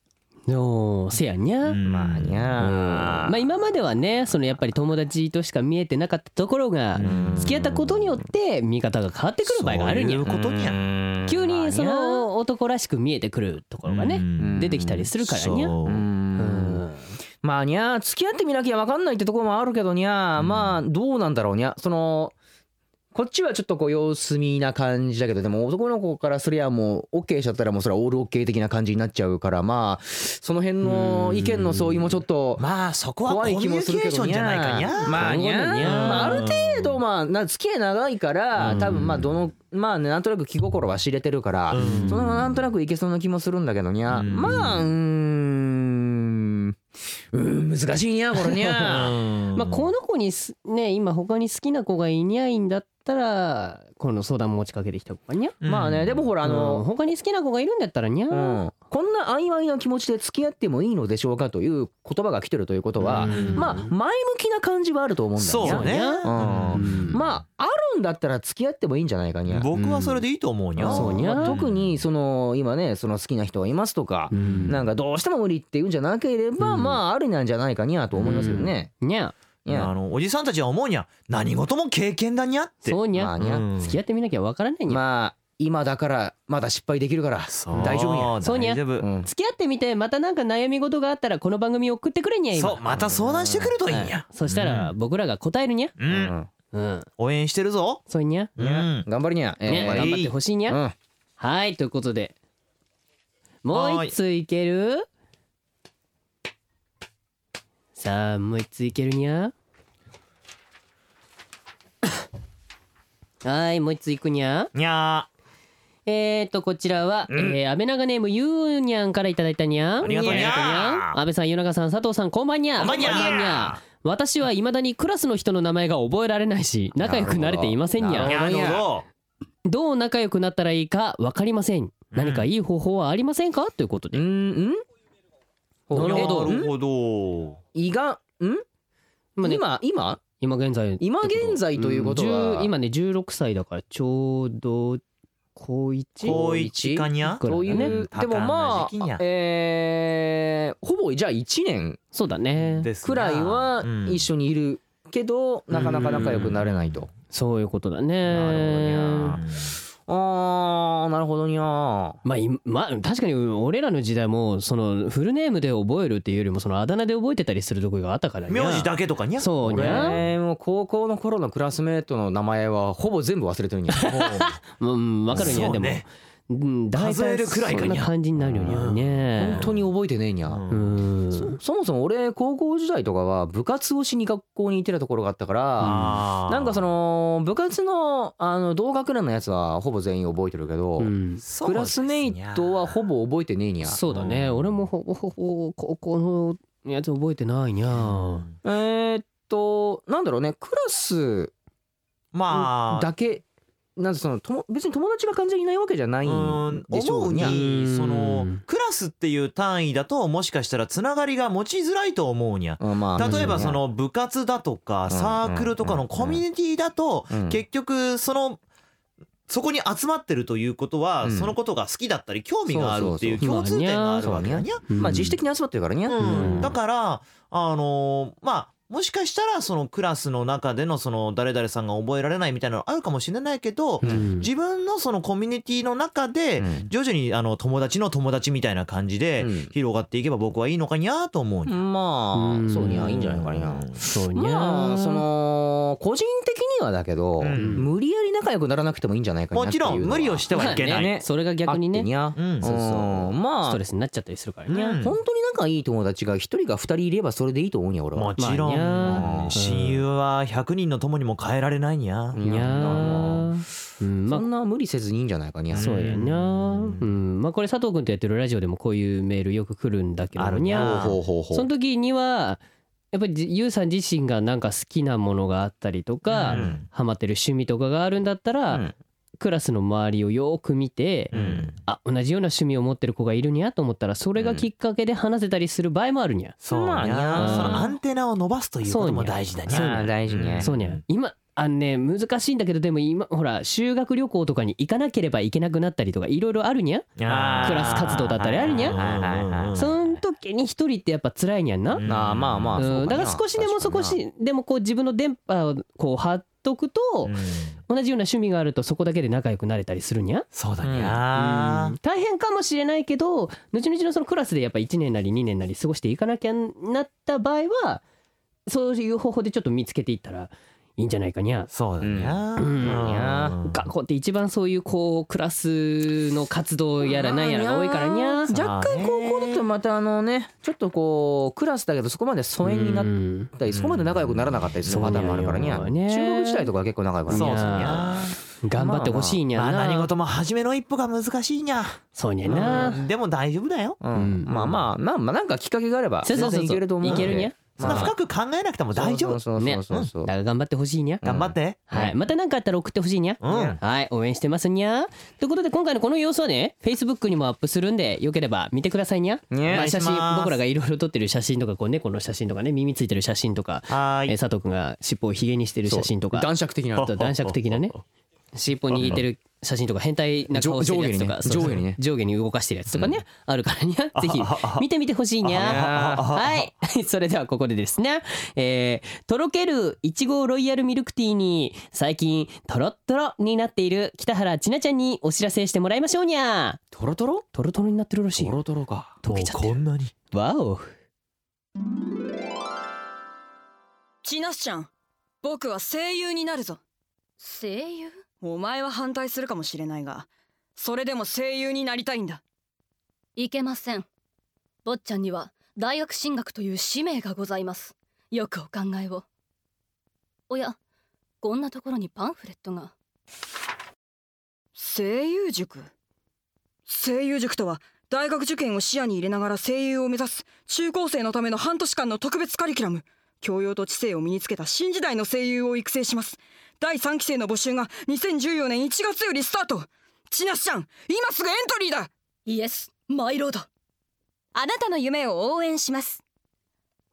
[SPEAKER 1] おーせやにゃ
[SPEAKER 5] うん
[SPEAKER 2] まあにゃ
[SPEAKER 1] まあ今まではねそのやっぱり友達としか見えてなかったところが
[SPEAKER 5] うん
[SPEAKER 1] 付き合ったことによって見方が変わってくる場合があるに
[SPEAKER 5] そう
[SPEAKER 1] ゃ
[SPEAKER 5] いうことにゃ
[SPEAKER 1] 急にそ
[SPEAKER 2] まあにゃ
[SPEAKER 1] の男らしく見えてくるところが
[SPEAKER 5] う
[SPEAKER 1] ね
[SPEAKER 5] ん
[SPEAKER 1] 出てきたりするからにゃ
[SPEAKER 5] そう
[SPEAKER 2] うーんまあにゃ付き合ってみなきゃわかんないってところもあるけどにゃ、
[SPEAKER 5] うん
[SPEAKER 2] まあどうなんだろうにゃそのこっちはちょっとこう様子見な感じだけどでも男の子からすりゃもう OK しちゃったらもうそれはオール OK 的な感じになっちゃうからまあその辺の意見の相違もちょっと
[SPEAKER 5] まあそこはコ
[SPEAKER 2] 怖
[SPEAKER 5] ミ
[SPEAKER 2] い
[SPEAKER 5] ュ
[SPEAKER 2] 気も
[SPEAKER 5] ニ
[SPEAKER 2] す
[SPEAKER 5] ケ
[SPEAKER 2] るけ
[SPEAKER 5] ーショ
[SPEAKER 2] ど
[SPEAKER 5] ン
[SPEAKER 2] に
[SPEAKER 5] じゃ
[SPEAKER 2] ゃ
[SPEAKER 5] ないかにゃ
[SPEAKER 2] まあにゃ
[SPEAKER 1] そうだにゃ
[SPEAKER 2] まあある程度まあな付き合い長いから多分まあどのまあねなんとなく気心は知れてるから、
[SPEAKER 5] うん
[SPEAKER 2] そのなんとなくいけそうな気もするんだけどにゃ、
[SPEAKER 5] うん
[SPEAKER 2] まあうーんうーん難しいにゃこれに ゃ
[SPEAKER 1] まあこの子にすね今他に好きな子がいにゃいんだったらこの相談持ちかけてきた子がにゃ
[SPEAKER 2] まあねでもほら
[SPEAKER 1] あ
[SPEAKER 2] あ
[SPEAKER 1] の
[SPEAKER 2] の、
[SPEAKER 1] 他に好きな子がいるんだったらにゃ
[SPEAKER 2] う
[SPEAKER 1] うん
[SPEAKER 2] ん、こんな曖昧な気持ちで付き合ってもいいのでしょうかという言葉が来てるということは、
[SPEAKER 5] うん
[SPEAKER 2] まあ前向きな感じはあると思うんだよ
[SPEAKER 5] そうね
[SPEAKER 2] うん
[SPEAKER 1] うん
[SPEAKER 2] まああるんだったら付き合ってもいいんじゃないかにゃ。
[SPEAKER 5] 僕はそれでいいと思うにゃ
[SPEAKER 1] うんそうにゃ
[SPEAKER 2] まあ特にその今ねその好きな人がいますとか、
[SPEAKER 1] うん
[SPEAKER 2] なんかどうしても無理っていうんじゃなければ、
[SPEAKER 1] うん
[SPEAKER 2] まああるなんじゃないかにゃと思いますけどね。
[SPEAKER 1] にゃ
[SPEAKER 5] いやあのおじさんたちは思うにゃ何事も経験だにゃって
[SPEAKER 1] そうに
[SPEAKER 2] まあ
[SPEAKER 1] ゃ
[SPEAKER 2] にゃ
[SPEAKER 5] うん
[SPEAKER 1] 付き合ってみなきゃわからないにゃ
[SPEAKER 2] まあ今だからまだ失敗できるから
[SPEAKER 5] そう
[SPEAKER 2] 大丈夫にゃ。
[SPEAKER 1] そうにゃ
[SPEAKER 5] 大丈夫
[SPEAKER 2] うん
[SPEAKER 1] 付き合ってみてまたなんか悩み事があったらこの番組送ってくれにゃ今
[SPEAKER 5] そうまた相談してくるといいにゃ
[SPEAKER 1] そしたら僕らが答えるにゃ
[SPEAKER 5] うんうん
[SPEAKER 1] うん
[SPEAKER 5] 応援してるぞ
[SPEAKER 1] そうにゃ
[SPEAKER 5] うん
[SPEAKER 2] 頑張りにゃ。え
[SPEAKER 1] ね
[SPEAKER 2] ー
[SPEAKER 1] 頑張ってほしいにゃ
[SPEAKER 2] うん
[SPEAKER 1] はいということでもう一ついけるさあもう一ついけるにゃはいもう一ついくにゃ
[SPEAKER 5] にゃ
[SPEAKER 1] えーとこちらは、えー安倍長ネームゆうにゃんからいただいたにゃ
[SPEAKER 5] ありがとうにゃ
[SPEAKER 1] 安倍さん夜中さん佐藤さんこんばんにゃ
[SPEAKER 5] こんばんにゃ
[SPEAKER 1] 私はいまだにクラスの人の名前が覚えられないし仲良くなれていませんに
[SPEAKER 2] な
[SPEAKER 5] ー
[SPEAKER 1] ゃ
[SPEAKER 2] る
[SPEAKER 5] なるほど
[SPEAKER 1] どう仲良くなったらいいか分かりません何かいい方法はありませんかということ
[SPEAKER 2] う
[SPEAKER 1] で
[SPEAKER 2] んうん。
[SPEAKER 1] なるほど
[SPEAKER 5] なるほど
[SPEAKER 2] 胃がん
[SPEAKER 1] まあね
[SPEAKER 2] 今今
[SPEAKER 1] 今現在
[SPEAKER 2] 今現在ということは、
[SPEAKER 1] うん10今ね16歳だからちょうど高1
[SPEAKER 5] 高一かにゃ
[SPEAKER 1] 高一
[SPEAKER 2] とい
[SPEAKER 1] ね
[SPEAKER 2] う、でもま
[SPEAKER 5] 多感な時期にゃ
[SPEAKER 2] あえーほぼじゃあ1年
[SPEAKER 1] そうだね
[SPEAKER 5] です
[SPEAKER 2] くらいは
[SPEAKER 5] うん
[SPEAKER 2] 一緒にいるけど、なかなか仲良くなれないと。
[SPEAKER 1] そういうことだ
[SPEAKER 2] な
[SPEAKER 1] ね
[SPEAKER 2] るほどにゃあーなるほどにゃー
[SPEAKER 1] まあ、今まあ確かに俺らの時代もそのフルネームで覚えるっていうよりもそのあだ名で覚えてたりするとこがあったからね
[SPEAKER 5] 名字だけとかにゃ
[SPEAKER 1] そうにゃ
[SPEAKER 2] 俺もう高校の頃のクラスメートの名前はほぼ全部忘れ てるにゃ
[SPEAKER 1] うんわかるにゃ
[SPEAKER 5] そう
[SPEAKER 1] でも
[SPEAKER 5] ね
[SPEAKER 1] うん大体
[SPEAKER 5] 数えるくらいか
[SPEAKER 1] そん
[SPEAKER 5] にゃ
[SPEAKER 1] な感じになるよね
[SPEAKER 2] 本当に覚えてねえにゃ、
[SPEAKER 5] うん
[SPEAKER 1] うん
[SPEAKER 2] そもそも俺高校時代とかは部活をしに学校に行ってたところがあったから、
[SPEAKER 5] あー
[SPEAKER 2] なんかその部活のあの同学年のやつはほぼ全員覚えてるけど、
[SPEAKER 1] うん
[SPEAKER 5] そう
[SPEAKER 2] ク
[SPEAKER 5] ですにゃ
[SPEAKER 2] ラスメイトはほぼ覚えてねえにゃ。
[SPEAKER 1] そうだね俺もほぼほぼ高校のやつ覚えてないにゃ
[SPEAKER 2] えーっとなんだろうねクラス
[SPEAKER 5] まあ
[SPEAKER 2] だけなんてそのとも別に友達が完全にいないわけじゃないんでしょ
[SPEAKER 5] 思う
[SPEAKER 2] うにゃ。
[SPEAKER 5] に
[SPEAKER 1] うん
[SPEAKER 5] そのクラスっていう単位だともしかしたらつながりが持ちづらいと思うにゃ
[SPEAKER 2] うんまあ
[SPEAKER 5] 例えばその部活だとか
[SPEAKER 2] うん
[SPEAKER 5] サークルとかのコミュニティだと
[SPEAKER 2] うん
[SPEAKER 5] 結局そのそこに集まってるということ
[SPEAKER 2] う
[SPEAKER 5] は
[SPEAKER 2] ん
[SPEAKER 5] そのことが好きだったり興味があるっていう
[SPEAKER 2] そう
[SPEAKER 1] そうそう
[SPEAKER 5] 共通点があるわけだにゃ
[SPEAKER 1] うん
[SPEAKER 2] まあ自主的に集まってるからにゃ。
[SPEAKER 5] うん
[SPEAKER 1] うん
[SPEAKER 5] だからあのーまあもしかしたらそのクラスの中でのその誰々さんが覚えられないみたいなのあるかもしれないけど、
[SPEAKER 1] うん
[SPEAKER 5] 自分のそのコミュニティの中で
[SPEAKER 2] うん
[SPEAKER 5] 徐々にあの友達の友達みたいな感じで
[SPEAKER 2] うん
[SPEAKER 5] 広がっていけば僕はいいのかにゃーと思うにゃ
[SPEAKER 2] ま
[SPEAKER 1] うん
[SPEAKER 2] あそうにゃいいんじゃないかにゃ。
[SPEAKER 1] そうにゃ
[SPEAKER 2] まあその個人的にはだけど、
[SPEAKER 5] うん
[SPEAKER 2] 無理やり仲良くならなくてもいいんじゃないかなっ
[SPEAKER 5] も
[SPEAKER 2] ていう
[SPEAKER 5] ち
[SPEAKER 2] のは
[SPEAKER 5] ろん無理をしてはいけない、
[SPEAKER 1] まあねそれが逆に
[SPEAKER 2] あって
[SPEAKER 1] ね
[SPEAKER 2] にゃ
[SPEAKER 5] うんそう
[SPEAKER 1] そう
[SPEAKER 2] うんまあ
[SPEAKER 1] ストレスになっちゃったりするから
[SPEAKER 5] う
[SPEAKER 1] ね
[SPEAKER 5] ん
[SPEAKER 2] 本当に仲いい友達が一人が二人いればそれでいいと思うにゃ俺は
[SPEAKER 5] もちろん、
[SPEAKER 1] ま
[SPEAKER 2] あにゃー
[SPEAKER 5] 親友は100人の友にも変えられないにゃー、
[SPEAKER 1] にゃーうんま
[SPEAKER 2] そ
[SPEAKER 1] あ
[SPEAKER 2] んな無理せずにいいんじゃないかにゃ
[SPEAKER 1] そうやな
[SPEAKER 5] うん
[SPEAKER 1] うんまあこれ佐藤君とやってるラジオでもこういうメールよく来るんだけど
[SPEAKER 5] ある
[SPEAKER 1] に
[SPEAKER 5] に
[SPEAKER 1] ゃー
[SPEAKER 5] ゃー
[SPEAKER 2] ほうほうほう
[SPEAKER 1] その時にはやっぱりじゆうさん自身がなんか好きなものがあったりとか、
[SPEAKER 5] うん
[SPEAKER 1] ハマってる趣味とかがあるんだったら、
[SPEAKER 2] うん
[SPEAKER 1] クラスの周りをよく見て、
[SPEAKER 5] うん
[SPEAKER 1] あ同じような趣味を持ってる子がいるにゃと思ったらそれがきっかけで話せたりする場合もあるにゃ、
[SPEAKER 5] そうにゃ
[SPEAKER 2] まあにゃ
[SPEAKER 5] ー
[SPEAKER 2] ー
[SPEAKER 5] そのアンテナを伸ばすということも大事だにゃ
[SPEAKER 1] そうにゃー
[SPEAKER 2] ああ大事ね
[SPEAKER 1] そうにゃ今あのね難しいんだけどでも今ほら修学旅行とかに行かなければいけなくなったりとかいろいろあるにゃ
[SPEAKER 5] あー
[SPEAKER 1] クラス活動だったりあるにゃ
[SPEAKER 5] はいはいはいはい
[SPEAKER 1] そん時に一人ってやっぱ辛いにゃんな、
[SPEAKER 5] うん
[SPEAKER 2] ああまあまあそう
[SPEAKER 1] うん、だから少しでも少しでもこう自分の電波をこう張っとくと、
[SPEAKER 5] うん
[SPEAKER 1] 同じような趣味があるとそこだけで仲良くなれたりするにゃ
[SPEAKER 5] そうだ
[SPEAKER 2] うん
[SPEAKER 5] にゃー
[SPEAKER 1] 大変かもしれないけど後々のそのクラスでやっぱ1年なり2年なり過ごしていかなきゃなった場合はそういう方法でちょっと見つけていったらいいんじゃないかにゃ。
[SPEAKER 5] そうだにゃー
[SPEAKER 1] うん
[SPEAKER 5] うん
[SPEAKER 2] にゃー
[SPEAKER 1] 学校って一番そういうこうクラスの活動やらなんやらが多いからにゃ。
[SPEAKER 2] 若干高校だとまたあのねちょっとこうクラスだけどそこまで疎遠になっ
[SPEAKER 1] うん
[SPEAKER 2] たりそこまで仲良くならなかったりするパターンもあるからにゃ
[SPEAKER 1] そう
[SPEAKER 2] 中
[SPEAKER 1] なんよね
[SPEAKER 2] 国時代とかは結構仲良くな
[SPEAKER 5] そう
[SPEAKER 2] る
[SPEAKER 5] そう
[SPEAKER 2] に
[SPEAKER 5] に
[SPEAKER 2] ゃ
[SPEAKER 5] ゃー
[SPEAKER 1] 頑張ってほしいにゃ
[SPEAKER 5] まあ
[SPEAKER 1] な。
[SPEAKER 5] 何事も初めの一歩が難しいにゃ
[SPEAKER 1] そうにゃな。
[SPEAKER 5] でも大丈夫だよ
[SPEAKER 2] うんまあまあまあまあなんかきっかけがあれば
[SPEAKER 1] そうそうそうそう
[SPEAKER 2] 全然いけると思うので
[SPEAKER 1] いけるにゃ
[SPEAKER 5] そんな
[SPEAKER 2] まあ
[SPEAKER 5] 深く考えなくても大丈夫
[SPEAKER 2] そうそうそうそう
[SPEAKER 1] だから頑張ってほしいにゃ。
[SPEAKER 5] 頑張って
[SPEAKER 1] はい、また何かあったら送ってほしいにゃ。
[SPEAKER 5] うん
[SPEAKER 1] はい、応援してますにゃ。ということで今回のこの様子はね、Facebook にもアップするんで、よければ見てくださいにゃ。
[SPEAKER 2] ね
[SPEAKER 1] まあ、写真
[SPEAKER 5] お願いします
[SPEAKER 1] 僕らがいろいろ撮ってる写真とか、こう猫の写真とかね、耳ついてる写真とか、
[SPEAKER 5] は
[SPEAKER 1] え
[SPEAKER 5] ー
[SPEAKER 1] ー
[SPEAKER 5] い
[SPEAKER 1] 佐藤君が尻尾をひげにしてる写真とか、
[SPEAKER 2] 男爵的な
[SPEAKER 1] あ と男爵的なね、尻尾握ってる写真とか、変態な顔してるやつとか、
[SPEAKER 2] 上
[SPEAKER 1] そう
[SPEAKER 2] 上下にね
[SPEAKER 1] 上下に動かしてるやつとかね、ある からにゃ、ぜひ見てみてほしいにゃ。はい、 それではここでですね、えーとろけるいちごロイヤルミルクティーに最近とろっとろになっている北原千奈ちゃんにお知らせしてもらいましょうにゃ。
[SPEAKER 2] トロトロ
[SPEAKER 1] とろとろになってるらしい
[SPEAKER 2] ト
[SPEAKER 1] よ。
[SPEAKER 2] ロトロか
[SPEAKER 1] 溶けちゃって
[SPEAKER 5] もうこんなに
[SPEAKER 1] る。わお。
[SPEAKER 7] ちなしちゃん僕は声優になるぞ
[SPEAKER 6] 声優
[SPEAKER 7] お前は反対するかもしれないがそれでも声優になりたいんだ
[SPEAKER 6] いけません坊ちゃんには大学進学という使命がございますよくお考えをおやこんなところにパンフレットが
[SPEAKER 7] 声優塾声優塾とは大学受験を視野に入れながら声優を目指す中高生のための半年間の特別カリキュラム教養と知性を身につけた新時代の声優を育成します第3期生の募集が2014年1月よりスタートちなしちゃん今すぐエントリーだ
[SPEAKER 6] イエスマイロード
[SPEAKER 7] あなたの夢を応援します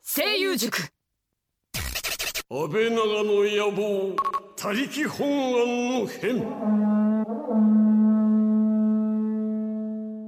[SPEAKER 7] 声優塾
[SPEAKER 4] 安倍長の野望他力本願の変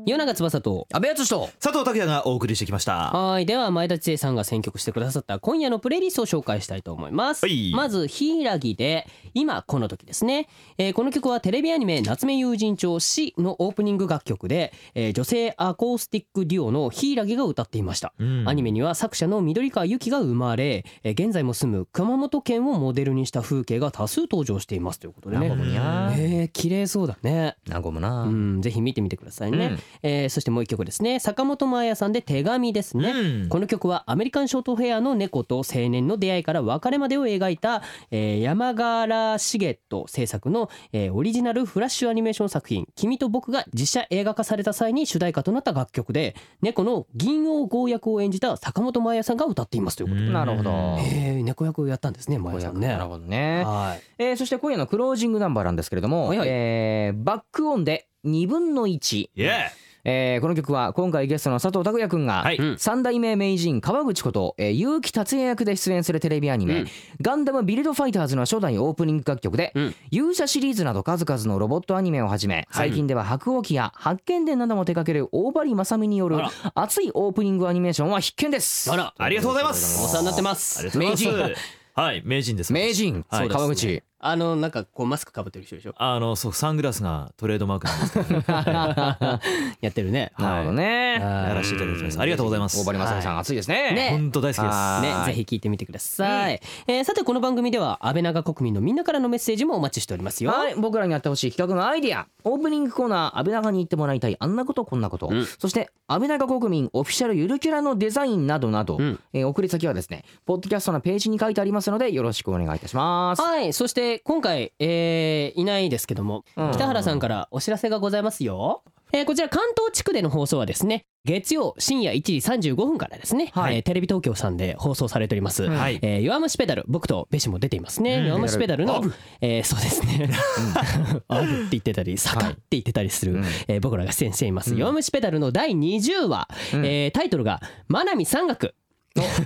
[SPEAKER 1] 夜長翼と
[SPEAKER 2] 安倍敦と
[SPEAKER 5] 佐藤拓也がお送りしてきました
[SPEAKER 1] はいでは前田知恵さんが選曲してくださった今夜のプレイリストを紹介したいと思います、
[SPEAKER 5] はい
[SPEAKER 1] まず「ひいらぎ」で「今この時」ですね、えーこの曲はテレビアニメ「夏目友人帳死」のオープニング楽曲で、えー女性アコースティックデュオのひいらぎが歌っていました、アニメには作者の緑川由紀が生まれ、えー現在も住む熊本県をモデルにした風景が多数登場していますということでね
[SPEAKER 2] なるほどにゃ
[SPEAKER 1] えー綺麗そうだね
[SPEAKER 2] なごもな、
[SPEAKER 1] うん、ぜひ見てみてくださいね、
[SPEAKER 5] うん
[SPEAKER 1] えーそしてもう一曲ですね坂本真綾さんで「手紙」ですね、
[SPEAKER 5] うん
[SPEAKER 1] この曲はアメリカンショートヘアの猫と青年の出会いから別れまでを描いた、えー山柄茂人制作の、えーオリジナルフラッシュアニメーション作品「君と僕」が実写映画化された際に主題歌となった楽曲で猫の銀王号役を演じた坂本真綾さんが歌っていますということで、
[SPEAKER 2] なるほど
[SPEAKER 1] えー猫役をやったんですね真綾さんね。
[SPEAKER 2] なるほどね、
[SPEAKER 1] はい
[SPEAKER 2] えーそして今夜のクロージングナンバーなんですけれども、
[SPEAKER 1] はいはい
[SPEAKER 2] えーバックオンで2分の1、
[SPEAKER 5] イエ
[SPEAKER 2] えーこの曲は今回ゲストの佐藤拓也くんが、
[SPEAKER 5] はい
[SPEAKER 1] うん
[SPEAKER 2] 三代目名人川口こと、えー結城達也役で出演するテレビアニメ「
[SPEAKER 1] うん
[SPEAKER 2] ガンダムビルドファイターズ」の初代オープニング楽曲で、
[SPEAKER 1] うん
[SPEAKER 2] 勇者シリーズなど数々のロボットアニメをはじめ最近では白鸚記や八犬伝なども手掛ける大張正美による
[SPEAKER 1] あら
[SPEAKER 2] 熱いオープニングアニメーションは必見です
[SPEAKER 1] あら
[SPEAKER 5] ありがとうございます
[SPEAKER 1] お世話になってま
[SPEAKER 5] あ
[SPEAKER 1] す
[SPEAKER 5] りがとうございますはい名人です
[SPEAKER 2] 名人、
[SPEAKER 5] はい
[SPEAKER 2] そう川口
[SPEAKER 1] あのなんかこうマスクかぶってる人でしょ
[SPEAKER 5] あのそうサングラスがトレードマークなんですけどね
[SPEAKER 1] やってるね。
[SPEAKER 5] は
[SPEAKER 2] な
[SPEAKER 5] い
[SPEAKER 2] るほどね、
[SPEAKER 5] やらせていただきますありがとうございます
[SPEAKER 2] 大張正美さん、熱いですね
[SPEAKER 1] ね
[SPEAKER 5] 本当大好きです
[SPEAKER 2] あー
[SPEAKER 1] ね、ぜひ聞いてみてください、えーさてこの番組では安倍長国民のみんなからのメッセージもお待ちしておりますよ
[SPEAKER 2] はい、僕らにやってほしい企画のアイディアオープニングコーナー安倍長に言ってもらいたいあんなことこんなこと、
[SPEAKER 1] うん
[SPEAKER 2] そして安倍長国民オフィシャルゆるキャラのデザインなどなど、
[SPEAKER 1] うん
[SPEAKER 2] えー送り先はですねポッドキャストのページに書いてありますのでよろしくお願いいたします
[SPEAKER 1] はいそして今回、えーいないですけども、
[SPEAKER 2] うん
[SPEAKER 1] 北原さんからお知らせがございますよ、えーこちら関東地区での放送はですね月曜深夜1時35分からですね、
[SPEAKER 2] はい
[SPEAKER 1] えーテレビ東京さんで放送されております、
[SPEAKER 5] はい
[SPEAKER 1] えー弱虫ペダル僕とベシも出ていますね、
[SPEAKER 5] うん
[SPEAKER 1] 弱虫ペダルの、えーそうですね「 あぶ」って言ってたり「坂」
[SPEAKER 2] はい
[SPEAKER 1] って言ってたりする、
[SPEAKER 2] うん
[SPEAKER 1] えー僕らが出演しています「弱虫ペダル」の第20話、
[SPEAKER 2] うん
[SPEAKER 1] えータイトルが「まなみ山岳」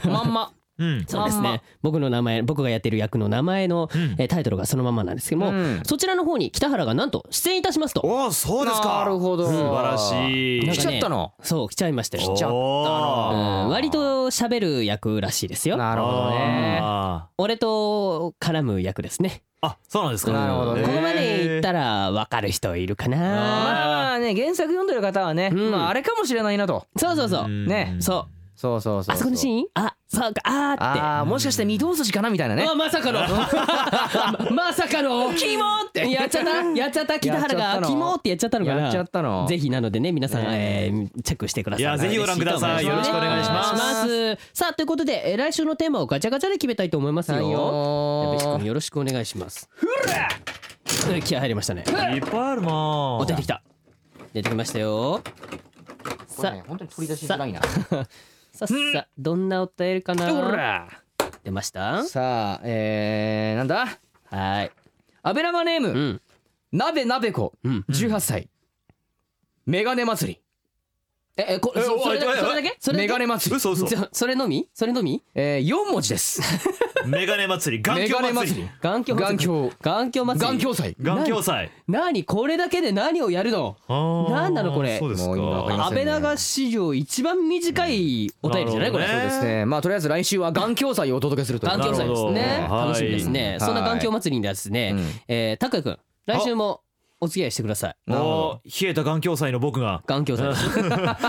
[SPEAKER 2] まんま
[SPEAKER 5] うん
[SPEAKER 1] そうですね僕の名前僕がやってる役の名前の、
[SPEAKER 5] うん
[SPEAKER 1] えータイトルがそのままなんですけども、
[SPEAKER 2] うん
[SPEAKER 1] そちらの方に北原がなんと出演いたしますと
[SPEAKER 5] おおそうですか
[SPEAKER 2] なるほど
[SPEAKER 5] 素晴らしい
[SPEAKER 1] なん
[SPEAKER 2] 来
[SPEAKER 1] か
[SPEAKER 2] ちゃったの
[SPEAKER 1] そう来ちゃいましたよ
[SPEAKER 2] 来ちゃった
[SPEAKER 1] う
[SPEAKER 5] お
[SPEAKER 1] ん
[SPEAKER 5] ー
[SPEAKER 1] 割と喋る役らしいですよ
[SPEAKER 2] なるほどね
[SPEAKER 5] あ
[SPEAKER 1] 俺と絡む役ですね
[SPEAKER 5] ーあそうなんですか
[SPEAKER 2] なるほどね
[SPEAKER 1] ここまで言ったら分かる人いるかな
[SPEAKER 2] まあね原作読んでる方はね、
[SPEAKER 1] うん
[SPEAKER 2] まあ、あれかもしれないなと
[SPEAKER 1] そうそうそう
[SPEAKER 2] ね
[SPEAKER 1] そう
[SPEAKER 2] そうそうそう
[SPEAKER 1] あそこのシー
[SPEAKER 2] ン
[SPEAKER 1] ンあそうかあーって
[SPEAKER 2] あーもしかして御堂筋かなみたいなね
[SPEAKER 1] あまさかの ままさかのキモってやっちゃったやっちゃった北原
[SPEAKER 2] やっちゃった
[SPEAKER 1] が
[SPEAKER 2] の
[SPEAKER 1] キモってやっちゃったのかな
[SPEAKER 2] やっちゃったの
[SPEAKER 1] ぜひなのでね皆さん、えーチェックしてください
[SPEAKER 5] いやぜひご覧ください
[SPEAKER 1] 嬉と思
[SPEAKER 5] よろしくお願いします
[SPEAKER 1] お願いしますさあということで、えー来週のテーマをガチャガチャで決めたいと思います
[SPEAKER 2] はい
[SPEAKER 1] よ矢部
[SPEAKER 2] よー
[SPEAKER 1] 君よろしくお願いしますえー気合入りましたね
[SPEAKER 5] いっぱいあるなあ
[SPEAKER 1] お出てきた出てきましたよ
[SPEAKER 2] これ
[SPEAKER 1] さ
[SPEAKER 2] ね本当に取り出しづらいな
[SPEAKER 1] ささどんなお便りか
[SPEAKER 2] ほ
[SPEAKER 1] な
[SPEAKER 2] ら
[SPEAKER 1] 出ました
[SPEAKER 2] さあえー、なんだ
[SPEAKER 1] はい
[SPEAKER 2] 安倍長ネーム、
[SPEAKER 1] うん
[SPEAKER 2] 鍋鍋子、
[SPEAKER 1] うん
[SPEAKER 2] 18歳メガネ祭り
[SPEAKER 1] ええこ
[SPEAKER 5] え
[SPEAKER 1] そ
[SPEAKER 5] お
[SPEAKER 1] それだ
[SPEAKER 5] おい
[SPEAKER 1] けそれだけそれだ
[SPEAKER 2] メ
[SPEAKER 1] け
[SPEAKER 2] ガネ祭り、
[SPEAKER 5] 嘘 嘘
[SPEAKER 1] じゃそれのみそれのみ
[SPEAKER 2] えー、4文字です
[SPEAKER 5] メガネ祭り眼
[SPEAKER 2] メガネ
[SPEAKER 5] 鏡祭
[SPEAKER 2] 祭り
[SPEAKER 5] り
[SPEAKER 1] 眼鏡
[SPEAKER 2] 眼鏡
[SPEAKER 1] 眼鏡祭り
[SPEAKER 2] 眼鏡祭
[SPEAKER 5] 眼鏡祭
[SPEAKER 1] 何これだけで何をやるのなんなのこれ
[SPEAKER 5] そうですか
[SPEAKER 2] もう今わかりま
[SPEAKER 1] 安倍長史上一番短いお便りじゃないこれ
[SPEAKER 5] なるほどね
[SPEAKER 2] ですねまあとりあえず来週は眼鏡祭をお届けするという
[SPEAKER 1] 眼鏡祭です
[SPEAKER 5] なる
[SPEAKER 1] ね
[SPEAKER 5] ほど
[SPEAKER 1] 楽しみです
[SPEAKER 2] は
[SPEAKER 1] ね
[SPEAKER 2] い
[SPEAKER 1] そんな眼鏡祭りにはですね
[SPEAKER 2] うん
[SPEAKER 1] えー拓也くん来週もお付き合いしてください
[SPEAKER 5] おおー冷えた眼鏡祭の僕が
[SPEAKER 1] 眼鏡祭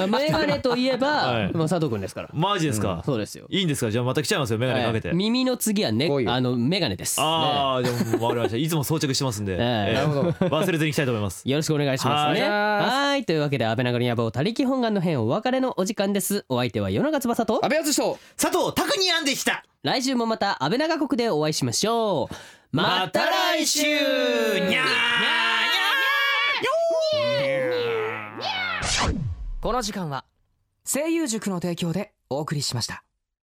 [SPEAKER 1] りメガネといえ
[SPEAKER 5] は
[SPEAKER 1] ば
[SPEAKER 5] い
[SPEAKER 1] まあ佐藤くんですから
[SPEAKER 5] マジですか
[SPEAKER 1] そうですよ
[SPEAKER 5] いいんですかじゃあまた来ちゃいますよメガネかけて
[SPEAKER 1] はい耳の次はね
[SPEAKER 2] こういう
[SPEAKER 1] あのメガネです
[SPEAKER 5] ああじゃあもうわかりましたいつも装着してますんでええ
[SPEAKER 1] な
[SPEAKER 2] るほど
[SPEAKER 5] 忘れずに行きたいと思います
[SPEAKER 1] よろしくお願いしますね。
[SPEAKER 2] はい
[SPEAKER 1] はい、というわけで、安倍長の野望、他力本願の編お別れのお時間です。お相手は夜中翼と
[SPEAKER 2] 安、倍敦と
[SPEAKER 5] 佐藤拓に編んできた
[SPEAKER 1] 来週もまた安倍長国でお会いしましょう。
[SPEAKER 5] また来週にゃーにゃ
[SPEAKER 2] この時間は声優塾の提供でお送りしました